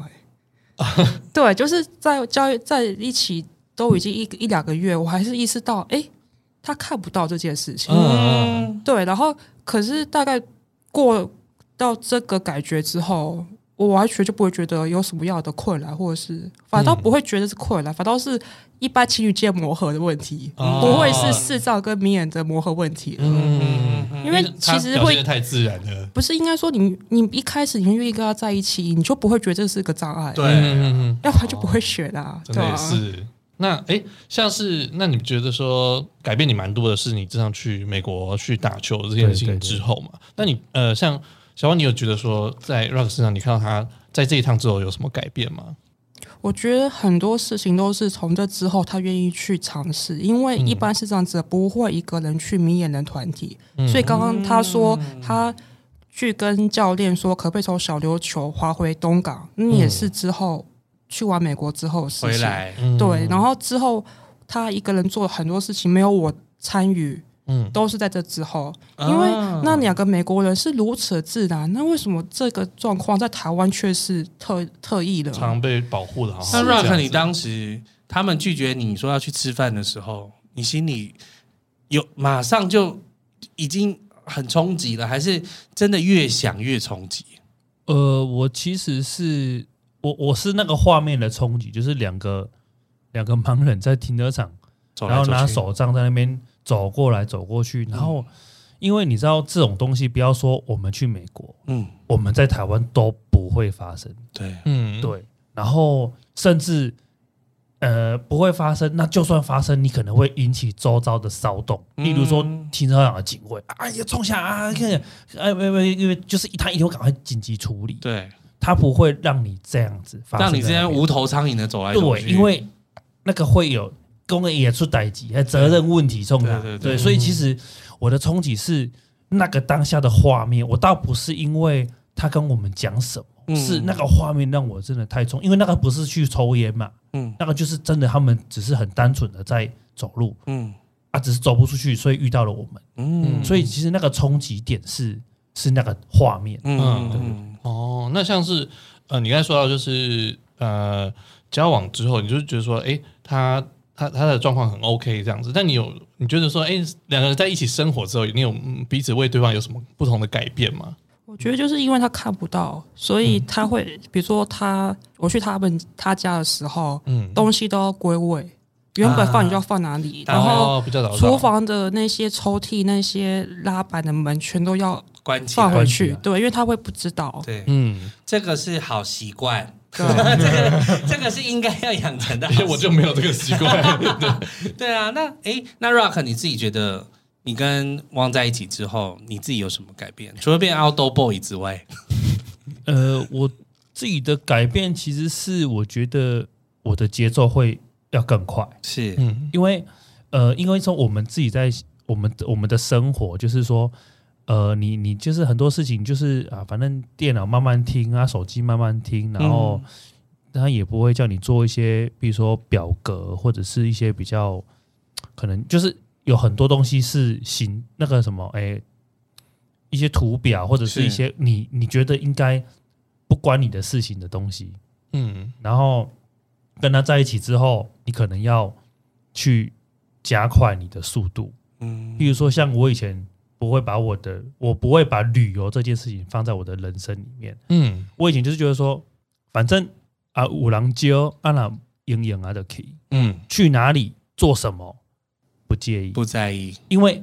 S4: 哎， (laughs) 对，就是在交在一起都已经一一两个月，我还是意识到，哎、他看不到这件事情，
S1: 嗯
S2: 嗯，
S4: 对，然后可是大概过到这个感觉之后，我完全就不会觉得有什么样的困难，或者是反
S1: 嗯
S4: 倒不会觉得是困难，反倒是一般情侣间磨合的问题，
S1: 哦
S4: 不会是视障跟明眼的磨合问题了。
S1: 嗯，
S4: 因为
S1: 他
S4: 其实
S1: 表现得
S4: 会
S1: 太自然了。
S4: 不是应该说你你一开始你愿意跟他在一起，你就不会觉得这是个障碍，
S2: 对
S1: 嗯嗯嗯
S4: 要不然就不会学啦，
S1: 真
S4: 对
S1: 的
S4: 吧、
S1: 也
S4: 啊？
S1: 是。那哎，诶像是那你觉得说改变你蛮多的是你这趟去美国去打球这件事
S3: 对
S1: 情
S3: 对对
S1: 之后嘛？那你呃，像小王，你有觉得说在 Rock 身上你看到他在这一趟之后有什么改变吗？
S4: 我觉得很多事情都是从这之后他愿意去尝试，因为一般视障者不会一个人去明眼人团体，
S1: 嗯
S4: 所以刚刚他说
S2: 嗯
S4: 他去跟教练说可不可以从小琉球划回东港，那、也是之后去完美国之后的事情。
S2: 回来
S1: 嗯
S4: 对，然后之后他一个人做很多事情，没有我参与，
S1: 嗯
S4: 都是在这之后。
S2: 啊
S4: 因为那两个美国人是如此的自然，那为什么这个状况在台湾却是特特异
S3: 嗯
S4: 的？
S1: 常被保护的好好
S2: 那
S1: 的哦这样子。
S2: Rock，你当时他们拒绝你说要去吃饭的时候，你心里有马上就已经很冲击了，还是真的越想越冲击？
S3: 呃，我其实是我我是那个画面的冲击，就是两个两个盲人在停车场，
S2: 走来
S3: 然后
S2: 走
S3: 拿
S2: 去，
S3: 手杖在那边走过来走过去，然后因为你知道这种东西，不要说我们去美国，
S2: 嗯，
S3: 我们在台湾都不会发生，
S2: 对，
S1: 嗯，
S3: 对，然后甚至。呃，不会发生。那就算发生，你可能会引起周遭的骚动，例如说
S2: 嗯
S3: 停车场的警卫，啊，要冲下啊，看，哎，喂喂，因为就是他一定会赶快紧急处理。
S2: 对，
S3: 它不会让你这样子发生，
S2: 让你这样无头苍蝇的走来走
S3: 对，
S2: 去，
S3: 因为那个会有工人也出代级，还责任问题重大，
S2: 对对对
S3: 所以其实我的冲击是，那个当下的画面，我倒不是因为他跟我们讲什么，
S2: 嗯
S3: 是那个画面让我真的太冲，因为那个不是去抽烟嘛，
S2: 嗯
S3: 那个就是真的他们只是很单纯的在走路
S2: 嗯
S3: 啊，只是走不出去，所以遇到了我们，
S2: 嗯
S3: 所以其实那个冲击点是是那个画面，
S2: 嗯
S1: 哦，那像是呃，你刚才说到就是呃，交往之后，你就觉得说，诶，他他他的状况很 OK 这样子，但你有你觉得说，诶，两个人在一起生活之后，你有嗯彼此为对方有什么不同的改变吗？
S4: 我
S3: 嗯
S4: 觉得就是因为他看不到，所以他会，比如说他，我去他们他家的时候，
S1: 嗯，
S4: 东西都要归位，原本放你就要放哪里，
S3: 啊
S4: 然后
S1: 哦比较早
S4: 厨房的那些抽屉、那些拉板的门全都要
S2: 关起
S4: 放
S2: 来
S4: 回
S3: 关起
S4: 去
S3: 来，
S4: 对，因为他会不知道。
S2: 对，
S1: 嗯，
S3: (laughs)
S2: 这个是好习惯， (laughs) 这
S4: 对
S2: 个这个是应该要养成的好
S1: 因
S2: 习
S1: 为
S2: 惯。
S1: 哎我就没有这个习惯，
S3: (laughs)
S1: 对，
S2: 对啊，那诶，那 Rock 你自己觉得你跟汪在一起之后，你自己有什么改变？除了变 outdoor boy 之外，嗯
S3: 呃，我自己的改变其实是我觉得我的节奏会要更快，
S2: 是
S1: 嗯
S3: 因为呃，因为说我们自己在我们我们的生活，就是说，呃，你你就是很多事情就是啊，反正电脑慢慢听啊，手机慢慢听，然后他也不会叫你做一些，比如说表格或者是一些比较可能就是有很多东西是行那个什么哎、一些图表或者是
S2: 是
S3: 一些你你觉得应该不关你的事情的东西，
S1: 嗯
S3: 然后跟他在一起之后，你可能要去加快你的速度。
S2: 嗯
S3: 比如说，像我以前不会把我的，我不会把旅游这件事情放在我的人生里面。
S1: 嗯
S3: 我以前就是觉得说，反正啊，五郎街啊那莹莹啊的 key
S1: 嗯
S3: 去哪里做什么不介意，
S2: 不在意，
S3: 因为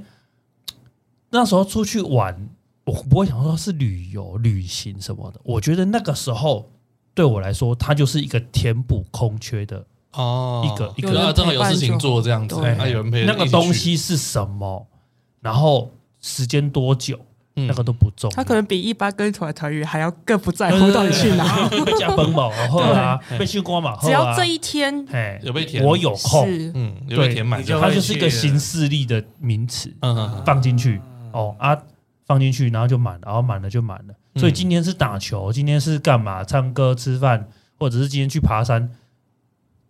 S3: 那时候出去玩，我不会想说是旅游、旅行什么的。我觉得那个时候对我来说，它就是一个填补空缺的
S1: 哦，
S3: 一个一个
S1: 一个正好有事情做这样子，
S4: 有人陪伴就好
S1: 啊，有人陪
S3: 那个东，西是什么，然后时间多久，
S1: 嗯
S3: 那个都不重要。
S4: 他可能比一般跟团团员还要更不在乎到底
S3: (laughs)
S4: 去哪，
S3: 被加崩嘛，后啊，被训光嘛，
S4: 只要这
S3: 一，
S4: 一天
S3: 哎，
S1: 有被填
S3: 我有空，
S4: 是
S1: 嗯，有被填满
S2: 对
S1: 就好，
S3: 它就是一个形式力的名词，
S1: 嗯嗯
S3: 放进去哦啊，放进去，然后就满，然后满了就满了。所以今天是打球，今天是干嘛？唱歌、吃饭，或者是今天去爬山，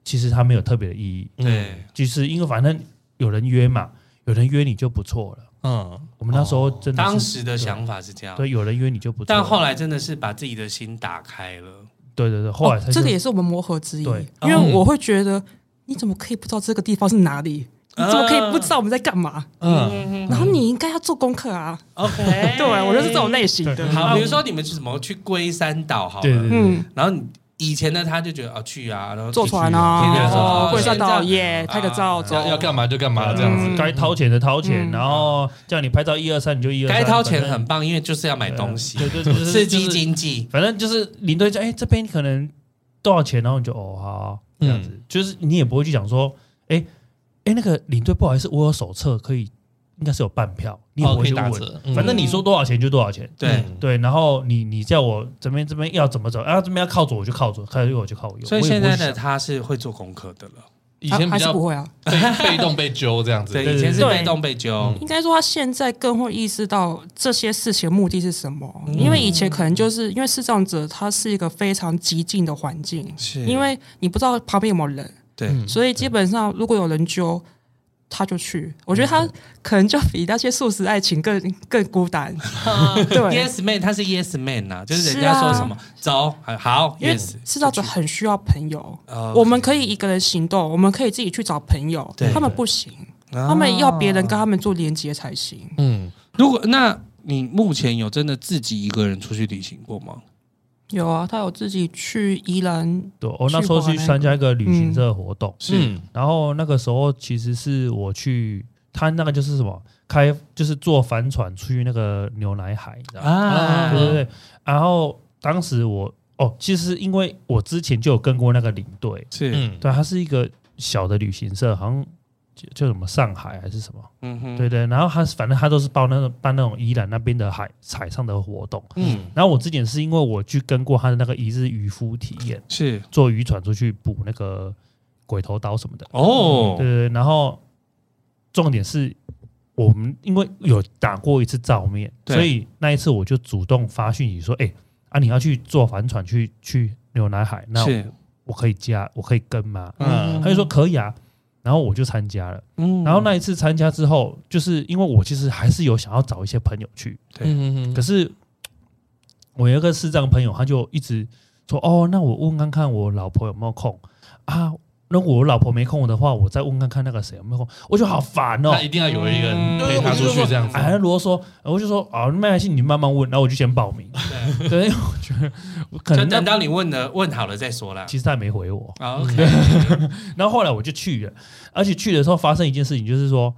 S3: 其实它没有特别的意义，
S1: 嗯
S2: 对，
S3: 就是因为反正有人约嘛，有人约你就不错了。
S1: 嗯
S3: 我们那时候真的是
S2: 哦当时的想法是这样，
S3: 对，有人约你就不错。
S2: 但后来真的是把自己的心打开了，
S3: 对对对，后来
S4: 哦
S3: 才、
S4: 这个也是我们磨合之一，
S3: 对
S4: 因为我会觉得你怎么可以不知道这个地方是哪里？你怎么可以不知道我们在干嘛？
S1: 嗯
S4: 然后你应该要做功课啊！
S3: (laughs)
S2: OK，
S4: 对我就是这种类型
S3: 对
S4: 的。
S2: 好，比如说你们去什么去龟山岛好了，
S3: 对对对，
S4: 嗯，
S2: 然后你以前的他就觉得哦去啊，然后
S4: 坐
S2: 去
S4: 船
S2: 天
S4: 啊，
S2: 天
S4: 然
S2: 坐船哦
S4: 后跪下
S2: 现
S4: 道
S2: 在
S4: 耶，拍个照走。
S1: 啊要要干嘛就干嘛了这样子。
S4: 嗯
S3: 该掏钱的掏钱，
S4: 嗯
S3: 然后叫你拍照一二三你就一二，
S2: 该掏钱
S3: 反正
S2: 很棒，因为就是要买东西，
S3: 对对对，就是
S2: 刺激。
S3: 就是
S2: 经济。
S3: 反正就是领队讲，哎，这边可能多少钱，然后你就哦好啊这样
S2: 嗯
S3: 子，就是你也不会去想说，哎哎那个领队不好意思，我有手册可以，应该是有半票，你也
S1: 哦
S3: 不
S1: 可
S3: 会
S1: 以
S3: 去
S1: 打
S3: 问，
S1: 折，嗯
S3: 反正你说多少钱就多少钱。
S2: 对，
S1: 嗯
S3: 对，然后你你叫我这边这边要怎么走，啊这边要靠左我就靠左，靠右我就靠右。
S2: 所以
S3: 我也
S2: 现
S3: 不会
S2: 在
S3: 想
S2: 的他是会做功课的了。
S1: 以
S4: 他
S1: 前比
S4: 还是
S1: 较
S4: 不会啊，
S1: 被被动被揪这样子，
S2: 对，
S3: (laughs) 对嗯
S2: 以前是
S4: 对
S2: 被动被揪，
S4: 应该说他现在更会意识到这些事情的目的是什么，
S1: 嗯
S4: 因为以前可能就是因为视障者他是一个非常激进的环境，
S2: 是
S4: 因为你不知道旁边有没有人，
S2: 对 (laughs)
S1: 嗯
S4: 所以基本上如果有人揪。他就去，我觉得
S1: 嗯
S4: 他可能就比那些素食爱情更更孤单，对，
S2: yes man，他是 yes man 呐，就是人
S4: 是
S2: 家
S4: 啊
S2: 说什么走好
S4: 因为
S2: yes，
S4: 视障者很需要朋友，
S2: 呃
S4: 我们可以一个人行动，我们可以自己去找朋友
S2: 对，
S4: 他们不行，
S2: 啊
S4: 他们要别人跟他们做连接才行。
S1: 嗯，
S2: 如果那你目前有真的自己一个人出去旅行过吗？
S3: 嗯
S4: 有啊，他有自己去宜兰，
S3: 对，我那时候去参加一个旅嗯行社活动，
S2: 是
S1: 嗯
S3: 然后那个时候其实是我去，他那个就是什么开，就是坐帆船出去那个牛奶海，你知道吗？
S2: 啊
S3: 对对对。然后当时我哦，其实因为我之前就有跟过那个领队，
S2: 是
S1: 嗯，
S3: 对，他是一个小的旅行社，好像叫叫什么上海还是什么，
S2: 嗯哼
S3: 对对。然后他反正他都是报那种办那种宜兰那边的海海上的活动。
S2: 嗯
S3: 然后我之前是因为我去跟过他的那个一日渔夫体验，
S2: 是
S3: 坐渔船出去捕那个鬼头刀什么的。
S2: 哦
S3: 对对对，然后重点是我们因为有打过一次照面，
S2: 对
S3: 所以那一次我就主动发讯息说：“哎、啊，你要去坐帆船去去牛奶海，那
S2: 是，
S3: 我可以加，我可以跟吗？”
S1: 嗯
S3: 他就说：“可以啊。”然后我就参加了。
S2: 嗯
S3: 然后那一次参加之后，就是因为我其实还是有想要找一些朋友去，
S1: 嗯嗯
S3: 可是我有一个视障朋友，他就一直说：“哦，那我问看看我老婆有没有空啊？那我老婆没空的话，我再问看看那个谁有没有空。”我就好烦哦啊
S1: 那，一定要有一个
S3: 嗯
S1: 人陪他出去这样子。
S3: 还啰嗦。我就说：“哦，那没关系，你慢慢问。”然后我就先报名。 (laughs) 对，因为我觉得我可
S2: 就
S3: 能
S2: 等
S3: 那
S2: 到你问了问好了再说啦。
S3: 其实他也嗯没回我。
S2: 啊 OK，
S3: 然后后来我就去了，而且去的时候发生一件事情，就是说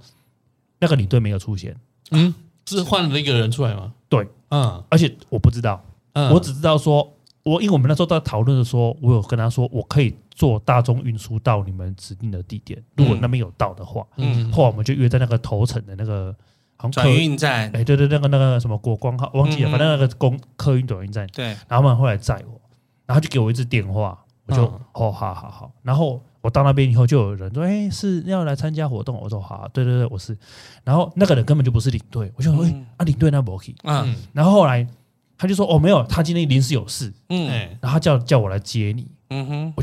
S3: 那个领队没有出现，
S1: 嗯，是换了一个人出来吗？
S3: 对，
S1: 嗯
S3: 而且我不知道。
S1: 嗯，
S3: 我只知道说，我因为我们那时候在讨论的时候，我有跟他说，我可以坐大众运输到你们指定的地点，
S2: 嗯
S3: 如果那边有到的话，
S1: 嗯
S3: 后来我们就约在那个头城的那个好像客
S2: 转，运站，
S3: 哎，对对，那个那个什么国光号忘记
S2: 嗯
S3: 了，
S2: 嗯
S3: 反正那个公客运转运站，
S2: 对，
S3: 然后他们后来载我，然后就给我一支电话，我就、
S1: 嗯
S3: 哦，好好好，然后。我到那边以后，就有人说：“哎、是要来参加活动？”我说：“好、对对对，我是。”然后那个人根本就不是领队，我就说：“哎、
S2: 嗯
S3: 啊，领队那不 OK？”
S2: 嗯
S3: 然后后来他就说：“哦，没有，他今天临时有事，
S2: 嗯
S1: 哎
S3: 然后他叫叫我来接你
S2: 嗯哼，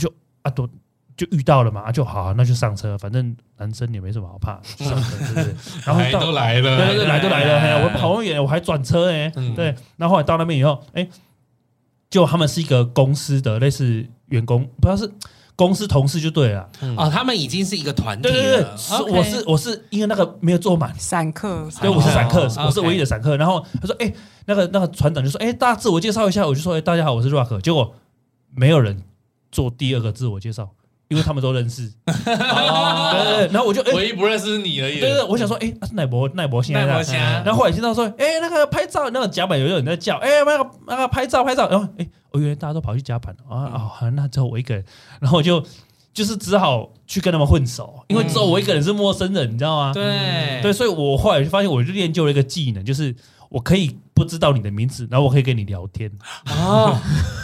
S3: 啊，都就遇到了嘛，啊就好、那就上车，反正男生也没什么好怕，就上车对不 (laughs) 对？然后
S1: 来
S3: 到
S1: 都来
S3: 对对
S1: 了，
S3: 对，来都来了，哎呀，我跑那么远，我还转车哎、
S1: 嗯
S3: 对。然后后来到那边以后，哎，就他们是一个公司的类似员工，不知道是公司同事就对了，
S2: 哦，他们已经是一个团体
S3: 嗯对对啊对，
S2: 了，
S3: 是
S2: OK
S3: 我是我是因为那个没有坐满。
S4: 散客，
S3: 对，我是散客，
S2: 哦
S3: 我是唯一的散客。然后他说：“哎、那个那个船长就说：‘哎、大家自我介绍一下。’我就说：‘哎、大家好，我是 Rock。’结果没有人做第二个自我介绍，因为他们都认识。 (laughs)
S2: 哦
S3: 对对对，然后我就哎、
S1: 唯一不认识你而已。
S3: 对对对，我想说，哎、啊是奈博奈博现在
S2: 奈
S3: 在
S2: 博虾
S3: 然后后来听到说，哎、那个拍照，那个甲板有人在叫，哎、那个那个拍照拍照，然后哎、我以为大家都跑去甲板了啊，哦，
S2: 嗯
S3: 好那只有我一个人，然后我就就是只好去跟他们混熟，因为只有我一个人是陌生人，你知道吗？
S2: 嗯对
S3: 对，所以我后来就发现，我就练就了一个技能，就是我可以不知道你的名字，然后我可以跟你聊天，
S2: 哦，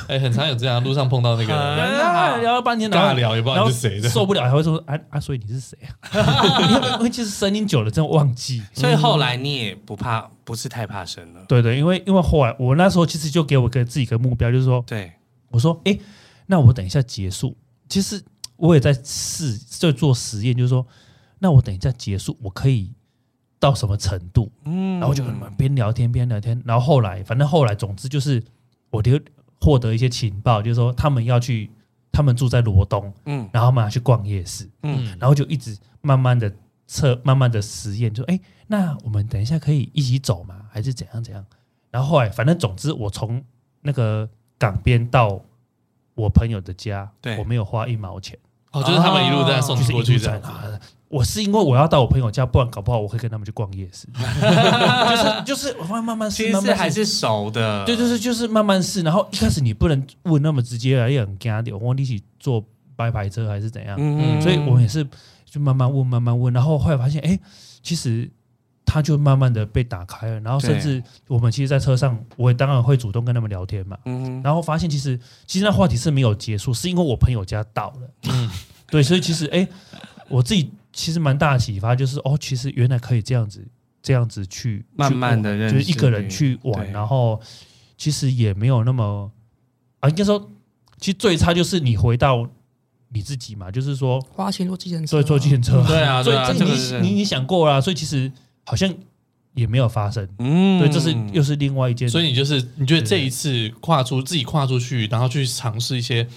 S1: 哎，很常有这样，路上碰到那个
S2: 真的啊
S3: 聊了半天，然后
S1: 尬聊，也不知
S3: 嗯然
S1: 道
S3: 后
S1: 你是谁的。
S3: 受不了还会说啊啊，所以你是谁 (laughs) 啊？因为其实声音久了真的忘记。
S2: 所以后来你也不怕，不是太怕生了，
S3: 对对，因为因为后来我那时候其实就给我个自己一个目标，就是说，
S2: 对，
S3: 我说，哎，那我等一下结束，其实我也在试，在做实验，就是说，那我等一下结束，我可以到什么程度？
S2: 嗯
S3: 然后就跟他们边聊天边聊天，然后后来反正后来总之就是我就获得一些情报，就是说他们要去，他们住在罗东，
S2: 嗯
S3: 然后他们要去逛夜市，
S1: 嗯，
S3: 然后就一直慢慢的测，慢慢的实验，就哎，那我们等一下可以一起走吗？还是怎样怎样？然后后来反正总之我从那个港边到我朋友的家，
S2: 对
S3: 我没有花一毛钱，
S1: 哦，就是他们一路这样送
S3: 就
S1: 你
S3: 是一
S1: 过
S3: 路
S1: 去这
S3: 在
S1: 样子。
S3: 啊。我是因为我要到我朋友家，不然搞不好我会跟他们去逛夜市。就是就是，我慢慢慢试，
S2: 其
S3: 慢
S2: 实
S3: 慢
S2: 还
S3: 试
S2: 是熟的，
S3: 对，就是就是慢慢试。然后一开始你不能问那么直接啊，也很尴尬。我问你一起坐白牌车还是怎样？
S2: 嗯
S3: 所以我们也是就慢慢问，慢慢问。然后后来发现，哎，其实他就慢慢的被打开了。然后甚至我们其实，在车上，我也当然会主动跟他们聊天嘛。
S2: 嗯
S3: 然后发现其实其实那话题是没有结束，是因为我朋友家到了。
S2: 嗯
S3: (laughs) 对，所以其实哎、诶我自己其实蛮大的启发，就是哦，其实原来可以这样子这样子去
S2: 慢慢地
S3: 去玩
S2: 认识
S3: 就是一个人去玩，
S2: 对
S3: 然后其实也没有那么啊，应该说，其实最差就是你回到你自己嘛，就是说，
S4: 花钱坐计程车，
S3: 所以坐计程车，
S2: 对啊
S3: (laughs) 所以
S2: 对啊
S3: 这
S2: 这
S3: 你、
S2: 个是
S3: 你你想过啦，所以其实好像也没有发生，
S2: 嗯
S3: 对，这是又是另外一件，
S1: 所以你就是你觉得
S3: 对
S1: 这一次跨出自己跨出去，然后去尝试一些，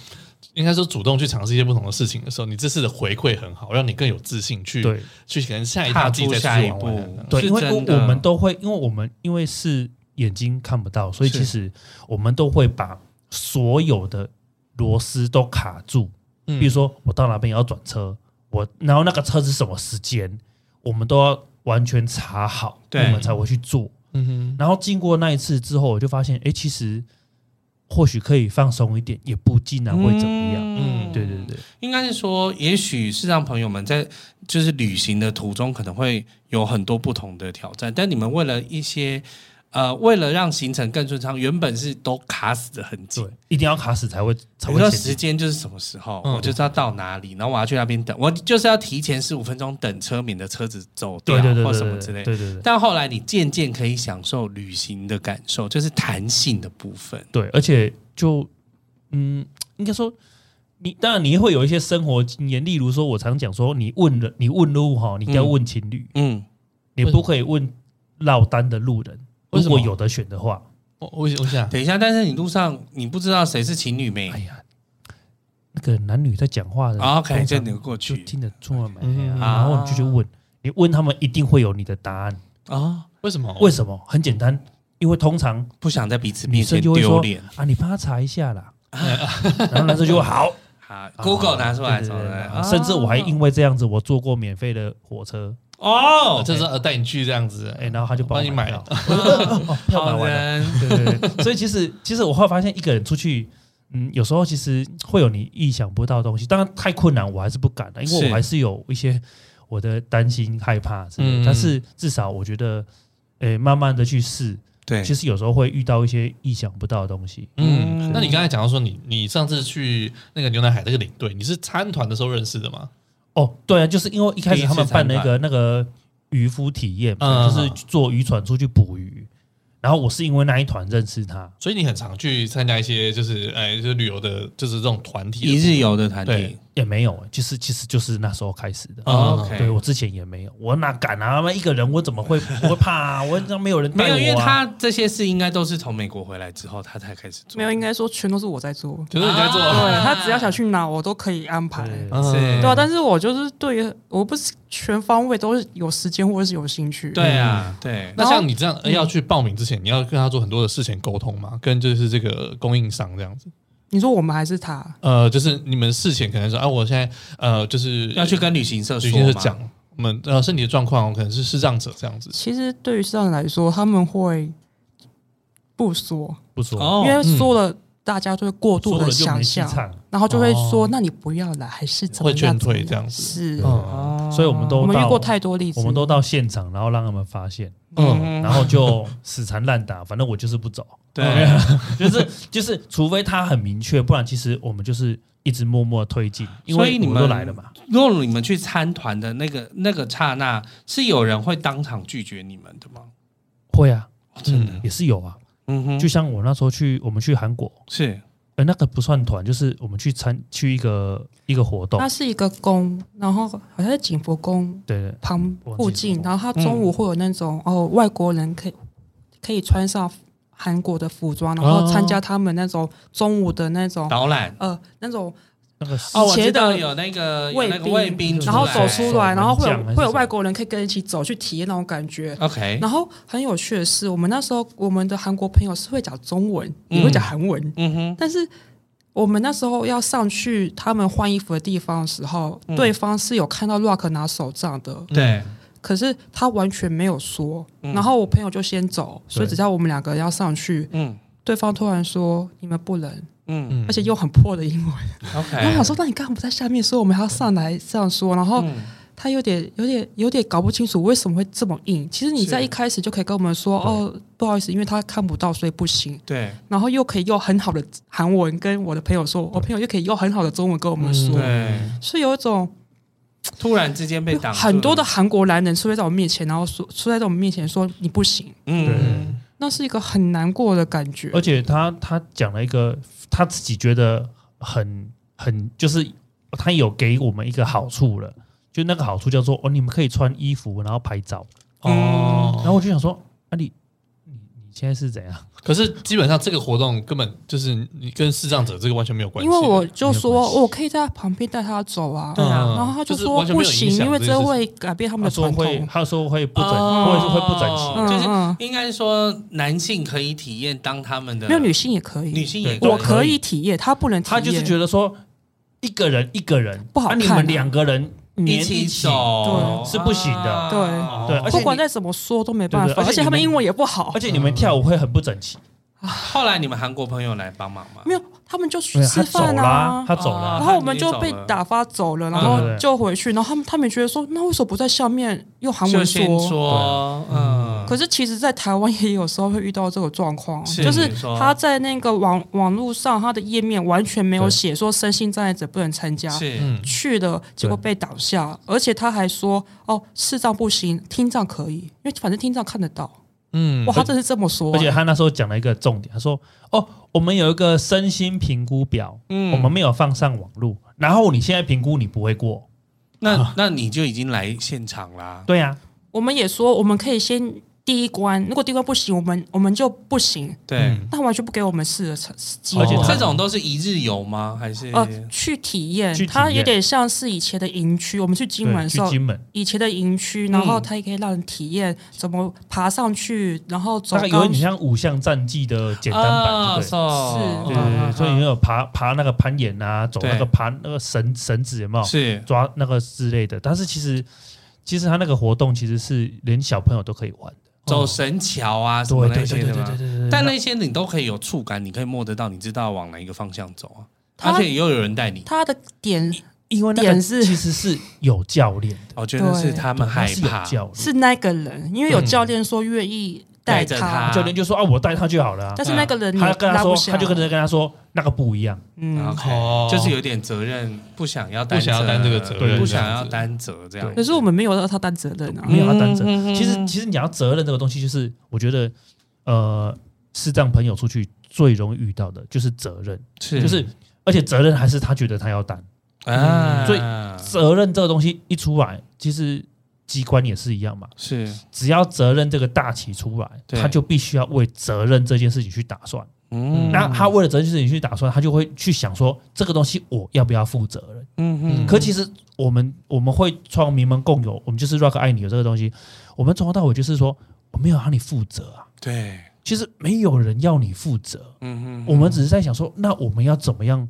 S1: 应该说主动去尝试一些不同的事情的时候，你这次的回馈很好，让你更有自信去
S3: 对。
S1: 去可能下一
S2: 踏
S1: 趟自己
S2: 出
S1: 再
S2: 下
S1: 出去
S2: 一
S1: 玩
S2: 步
S1: 玩看看，
S3: 对，
S2: 是
S3: 因为
S2: 真
S3: 我
S2: 的
S3: 我们都会，因为我们因为是眼睛看不到，所以
S2: 是
S3: 其实我们都会把所有的螺丝都卡住。
S1: 嗯
S3: 比如说，我到哪边要转车，我然后那个车是什么时间，我们都要完全查好，我
S2: 对
S3: 们才会去做。
S1: 嗯哼，
S3: 然后经过那一次之后，我就发现，哎，其实或许可以放松一点，也不尽然会怎么样。
S1: 嗯
S3: 对对对，
S2: 应该是说，也许是让朋友们在就是旅行的途中可能会有很多不同的挑战，但你们为了一些呃，为了让行程更顺畅，原本是都卡死的很紧
S3: 对。，一定要卡死才会才
S2: 我知
S3: 会
S2: 道
S3: 前进
S2: 时间就是什么时候，
S1: 嗯
S2: 我就知道到哪里，然后我要去那边等，我就是要提前十五分钟等车，免得车子走掉
S3: 对对对
S2: 啊或
S3: 对
S2: 什么之类。
S3: 对对对
S2: 但后来你渐渐可以享受旅行的感受，就是弹性的部分。
S3: 对，而且就嗯，应该说你当然你会有一些生活经验，例如说我常讲说，你问人你问路哈，你一定要问情侣，
S2: 嗯，
S3: 你不可以问落单的路人。
S1: 为
S3: 如
S1: 什么
S3: 果有的选的话，
S1: 我我我想，
S2: 等一下，但是你路上你不知道谁是情侣没哦
S3: 哎呀，那个男女在讲话的
S2: 啊，OK，
S3: 通
S2: 就
S3: 常
S2: 扭过
S3: 哎就
S2: 去
S3: 听得出来嘛，
S1: 嗯
S3: 哎呀然后你就去问，你问他们一定会有你的答案。
S2: 哦，
S1: 为什么？
S3: 为什么？很简单，因为通常
S2: 不想在彼此
S3: 女
S2: 面
S3: 生
S2: 前
S3: 就会
S2: 丢
S3: 说
S2: 脸。
S3: 啊，你帮他查一
S2: (laughs)
S3: 下啦，然后男生就会好。
S2: 好，Google 拿出来，
S3: 啊对对
S2: 什么
S3: 对
S2: 的
S3: 啊甚至我还因为这样子，我坐过免费的火车，
S2: 哦，
S1: 这是呃带你去这样子，
S3: 哎，然后他就帮
S1: 帮你
S3: 我
S1: 买
S3: 票
S1: 了，
S3: (laughs) 哦票买
S2: 好
S3: 完了。
S2: 人，
S3: 对对对，所以其实其实我后来发现，一个人出去，嗯，有时候其实会有你意想不到的东西。当然太困难，我还是不敢的，啊因为
S2: 是
S3: 我还是有一些我的担心、害怕之类
S1: 嗯
S3: 的。但是至少我觉得，诶，慢慢的去试，
S2: 对，
S3: 其实有时候会遇到一些意想不到的东西。
S1: 嗯，那你刚才讲到说你你上次去那个牛奶海那个领队，你是参团的时候认识的吗？
S3: 哦，对啊，就是因为一开
S2: 第一
S3: 始
S2: 次
S3: 他们办那
S2: 参
S3: 个那个渔夫体验嘛，
S1: 嗯
S3: 就是坐渔船出去捕鱼。然后我是因为那一团认识他，
S1: 所以你很常去参加一些就是哎就是旅游的，就是这种团体的
S2: 一日游的团体
S1: 对
S3: 也没有，就是其实就是那时候开始的。
S1: 哦
S2: ，OK，
S3: 对我之前也没有，我哪敢啊？他妈一个人我怎么会 (laughs) 我会怕啊？我那没有人带
S2: 没有，因为
S3: 我啊。
S2: 他这些事应该都是从美国回来之后，他才开始做。
S4: 没有，应该说全都是我在做。
S1: 就是你在做，
S4: 对
S2: 啊
S4: 他只要想去哪，我都可以安排。
S3: 对
S1: 嗯
S2: 是
S4: 对啊，但是我就是对于我不是全方位都是有时间或者是有兴趣。
S2: 对啊，对，
S1: 那像你这样
S4: 嗯
S1: 呃要去报名之前，你要跟他做很多的事前沟通嘛，跟就是这个供应商这样子。
S4: 你说我们还是他，
S1: 呃，就是你们事前可能说，啊，我现在呃，就是
S2: 要去跟旅行社
S1: 旅
S2: 说
S1: 行社
S2: 嘛
S1: 讲，我们呃身体的状况，我可能是视障者这样子。
S4: 其实对于市场人来说，他们会不说，
S3: 不说，
S2: 哦，
S4: 因为说了，大家就会过度
S3: 说
S4: 的
S3: 了就
S4: 想
S3: 没戏
S4: 象，
S3: 唱，
S4: 然后就会说：“
S1: 哦
S4: 那你不要来，还是怎么
S1: 会
S4: 样？”
S1: 劝退
S4: 怎么
S1: 这样子
S4: 是。
S1: 嗯
S3: 所以我们都
S4: 我们遇
S3: 到
S4: 过太多例子，
S3: 我们都到现场，然后让他们发现，
S1: 嗯，
S3: 然后就死缠烂打，反正我就是不走， (laughs)
S2: 对，
S3: 就是就是，除非他很明确，不然其实我们就是一直默默推进，因
S2: 所
S3: 为
S2: 以你
S3: 我
S2: 们
S3: 都来了嘛。
S2: 如果你们去参团的那个那个刹那，是有人会当场拒绝你们的吗？
S3: 会啊，
S2: 真的，
S3: 也是有啊，
S2: 嗯哼，
S3: 就像我那时候去，我们去韩国，
S2: 是
S3: 呃，那个不算团，就是我们去参去一个一个活动
S4: 它，是一个宫，然后好像是景福宫
S3: 对对，
S4: 旁
S3: 忘记
S4: 附
S3: 了
S4: 近，然后它中午会有那种、哦，外国人可以可以穿上韩国的服装，然后参加他们那种中午的那种、
S2: 导览
S4: 呃那种
S3: 那个
S2: 哦，我知
S4: 斜
S2: 道
S4: 的
S2: 有那个有
S4: 卫
S2: 那个
S4: 兵
S2: 卫兵，
S4: 然后走出来，然后会
S3: 手
S4: 有
S3: 门
S4: 会
S3: 将
S4: 有外国人可以跟一起走去体验那种感觉。
S2: ，OK，
S4: 然后很有趣的是，我们那时候我们的韩国朋友是会讲中文，也会讲韩文，
S2: 嗯哼，
S4: 但是我们那时候要上去他们换衣服的地方的时候，
S2: 嗯
S4: 对方是有看到 Rock 拿手杖的，
S2: 对，
S4: 可是他完全没有说。
S2: 嗯
S4: 然后我朋友就先走，所以
S3: 对
S4: 只要我们两个人要上去，
S2: 嗯
S4: 对方突然说你们不能，
S2: 嗯哎
S1: 嗯
S4: 而且用很破的英文。然后我
S2: ，OK，
S4: 想说，那你刚刚不在下面说我们还要上来这样说，然后。
S2: 嗯
S4: 他有点、有点、有点搞不清楚为什么会这么硬。其实
S2: 是
S4: 你在一开始就可以跟我们说，
S3: 对
S4: 哦，不好意思，因为他看不到，所以不行。
S2: 对
S4: 然后又可以用很好的韩文跟我的朋友说，我朋友又可以用很好的中文跟我们
S2: 嗯
S4: 说，
S2: 对，
S4: 所以有一种
S2: 突然之间被挡住了，
S4: 很多的韩国男人出现在我面前，然后说出现在我们面前说你不行，
S2: 嗯，
S4: 那是一个很难过的感觉
S3: 而。且他他讲了一个他自己觉得很很就是他有给我们一个好处了，就那个好处叫做哦，你们可以穿衣服然后拍照，
S4: 嗯
S3: 然
S1: 哦，
S3: 后我就想说啊你你你现在是怎样？
S1: 可是基本上这个活动根本就是你跟视障者这个完全没有关系的，
S4: 因为我就
S3: 没有
S4: 说哦
S3: 关系
S4: 我可以在旁边带他走啊，
S2: 对啊
S1: 嗯
S4: 然后他就
S1: 就是
S4: 说
S1: 完全没
S4: 不
S1: 有影
S4: 行，
S1: 响
S4: 因为
S1: 件
S4: 这
S1: 事情
S4: 会改变他
S3: 他
S4: 们的
S3: 啊说
S4: 传
S3: 会
S4: 统。
S3: 他说会不整，
S2: 哦
S3: 或者是会不整
S4: 嗯
S3: 齐。
S2: 就是
S4: 嗯，
S2: 应该说男性可以体验当他们的
S4: 没有女性也可以，
S2: 女性也
S3: 对
S4: 我
S3: 可
S4: 可
S3: 以
S4: 以体验，他不能体验。
S3: 他就是觉得说一个人一个人
S4: 嗯不好
S3: 啊你
S4: 看
S3: 们
S4: 啊
S3: 两个人
S2: 一
S3: 黏
S2: 起
S3: 一起
S2: 走
S3: 对是不行的
S2: 啊
S4: 对
S3: 对而且
S4: 不
S3: 你
S4: 管再怎么说都没办
S3: 对对
S4: 法，
S3: 而且
S4: 而且
S3: 你
S4: 他
S3: 们
S4: 们英文也不好
S3: 而，且你们跳舞会很不整齐。
S2: 后来你们韩国朋友来帮忙吗？
S4: 没有，他们就去
S3: 对
S4: 吃
S3: 他走
S4: 饭
S3: 啦
S4: 啊，。
S3: 他走
S2: 哦
S3: 啦
S4: 然。后我们就被打发走了，
S3: 对
S4: 然
S3: 对
S4: 后
S3: 对
S4: 就回去，然后他们他们也觉得说，那为什么不在下面用韩
S2: 就
S4: 文
S2: 先
S4: 说？
S2: 说，嗯，
S4: 可是其实，在台湾也有时候会遇到这个状况，
S2: 是
S4: 就是
S2: 你说
S4: 他在那个网网络上，他的页面完全没有
S1: 对
S4: 写说身心障碍者不能参加，
S2: 是
S1: 嗯，
S4: 去了结果
S1: 对
S4: 被挡下，而且他还说哦，视障不行，听障可以，因为反正听障看得到。
S1: 嗯，
S4: 哇，他真是这么说、啊
S3: 而且他那时候讲了一个重点，他说：“哦，我们有一个身心评估表，
S2: 嗯
S3: 我们没有放上网络，然后你现在评估你不会过，啊
S2: 那那你就已经来现场啦。
S3: 对啊呀、
S4: 我们也说，我们可以先第一关，如果第一关不行，我们我们就不行，
S2: 对，
S3: 嗯
S4: 那完全不给我们试的成机
S3: 而
S4: 会。
S3: 且他
S2: 这种都是一日游吗？还是
S4: 哦呃，去体验
S3: 去，体
S4: 它有
S3: 验
S4: 点像是以前的营区，我们去金
S3: 对，
S4: 门的时
S3: 去
S4: 候，
S3: 金门，
S4: 以前的营区，然后
S2: 嗯
S4: 它也可以让你体验怎么爬上去，然后走
S3: 大概有
S4: 高
S3: 点像五项战绩的简单版，
S2: 啊
S3: 对
S2: 是
S3: 不对？对对
S2: 哦
S3: 对，所以你有爬爬那个攀岩啊，走那
S2: 嗯对
S3: 个爬那个绳绳子有没有
S2: 是
S3: 抓那个之类的？但是其实其实他那个活动其实是连小朋友都可以玩的，哦
S2: 走神桥啊什么
S3: 对
S2: 那
S3: 对
S2: 些
S3: 对对
S2: 的吗？
S3: 对对对对。
S2: 但那些你都可以有触感，你可以摸得到，你知道往哪一个方向走啊。
S4: 它
S2: 而且也有人带你，
S4: 它的点
S3: 因为那个
S4: 点是
S3: 其实是有教练的，
S2: 哦我觉得是
S4: 对
S2: 他们
S3: 对
S2: 害
S3: 是有
S2: 怕，
S3: 教练，
S4: 是那个人，因为有教练说愿意带
S2: 带着他
S3: 教练就说啊，我带他就好了啊。
S4: 但是那个人你
S3: 他跟他
S4: 拉
S3: 说
S4: 不，下，
S3: 他就跟人家跟他说那个不一样，
S4: 嗯。
S2: OK，、
S1: 哦
S2: 就是有点责任，不想要担
S1: 不想要担这个责
S3: 任
S2: 不
S3: 这
S2: 想
S1: 样
S2: 要
S1: 子
S2: 担责这样
S4: 可。是我们没有让他担责任啊，
S3: 没有他担责
S2: 嗯嗯嗯嗯
S3: 其实，其实你要责任这个东西，就是我觉得，呃，视障朋友出去最容易遇到的就是责任，
S2: 是
S3: 就是而且责任还是他觉得他要担。
S2: 啊，
S3: 嗯所以
S4: 嗯
S3: 责任这个东西一出来，其实机关也是一样嘛，
S2: 是
S3: 只要责任这个大旗出来，
S2: 对
S3: 他就必须要为责任这件事情去打算。
S2: 嗯
S3: 那他为了责任这件事情去打算，他就会去想说这个东西我要不要负责任？
S2: 嗯嗯
S3: 可其实我们我们会创名门共有，我们就是 Rock 爱你有这个东西，我们从头到尾就是说我没有让你负责啊，
S2: 对，
S3: 其实没有人要你负责，
S2: 嗯嗯
S3: 我们只是在想说，那我们要怎么样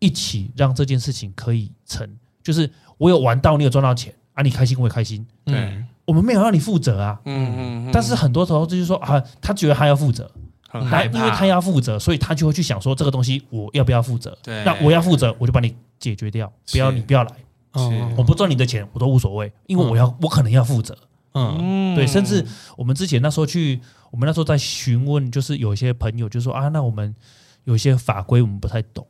S3: 一起让这件事情可以成？就是我有玩到，你有赚到钱啊，你开心我也开心，
S1: 对，
S3: 我们没有让你负责啊。
S2: 嗯嗯，
S3: 但是很多时候就是说啊，他觉得他要负责，
S2: 很
S3: 那
S2: 害怕，
S3: 因为他要负责，所以他就会去想说这个东西我要不要负责？
S2: 对，
S3: 那我要负责，我就把你解决掉，不要
S2: 是
S3: 你不要来。
S1: 哦
S3: 我不赚你的钱，我都无所谓，因为我要，我可能要负责。
S1: 嗯
S2: 嗯
S3: 对，甚至我们之前那时候去，我们那时候在询问，就是有一些朋友就说啊，那我们有一些法规我们不太懂，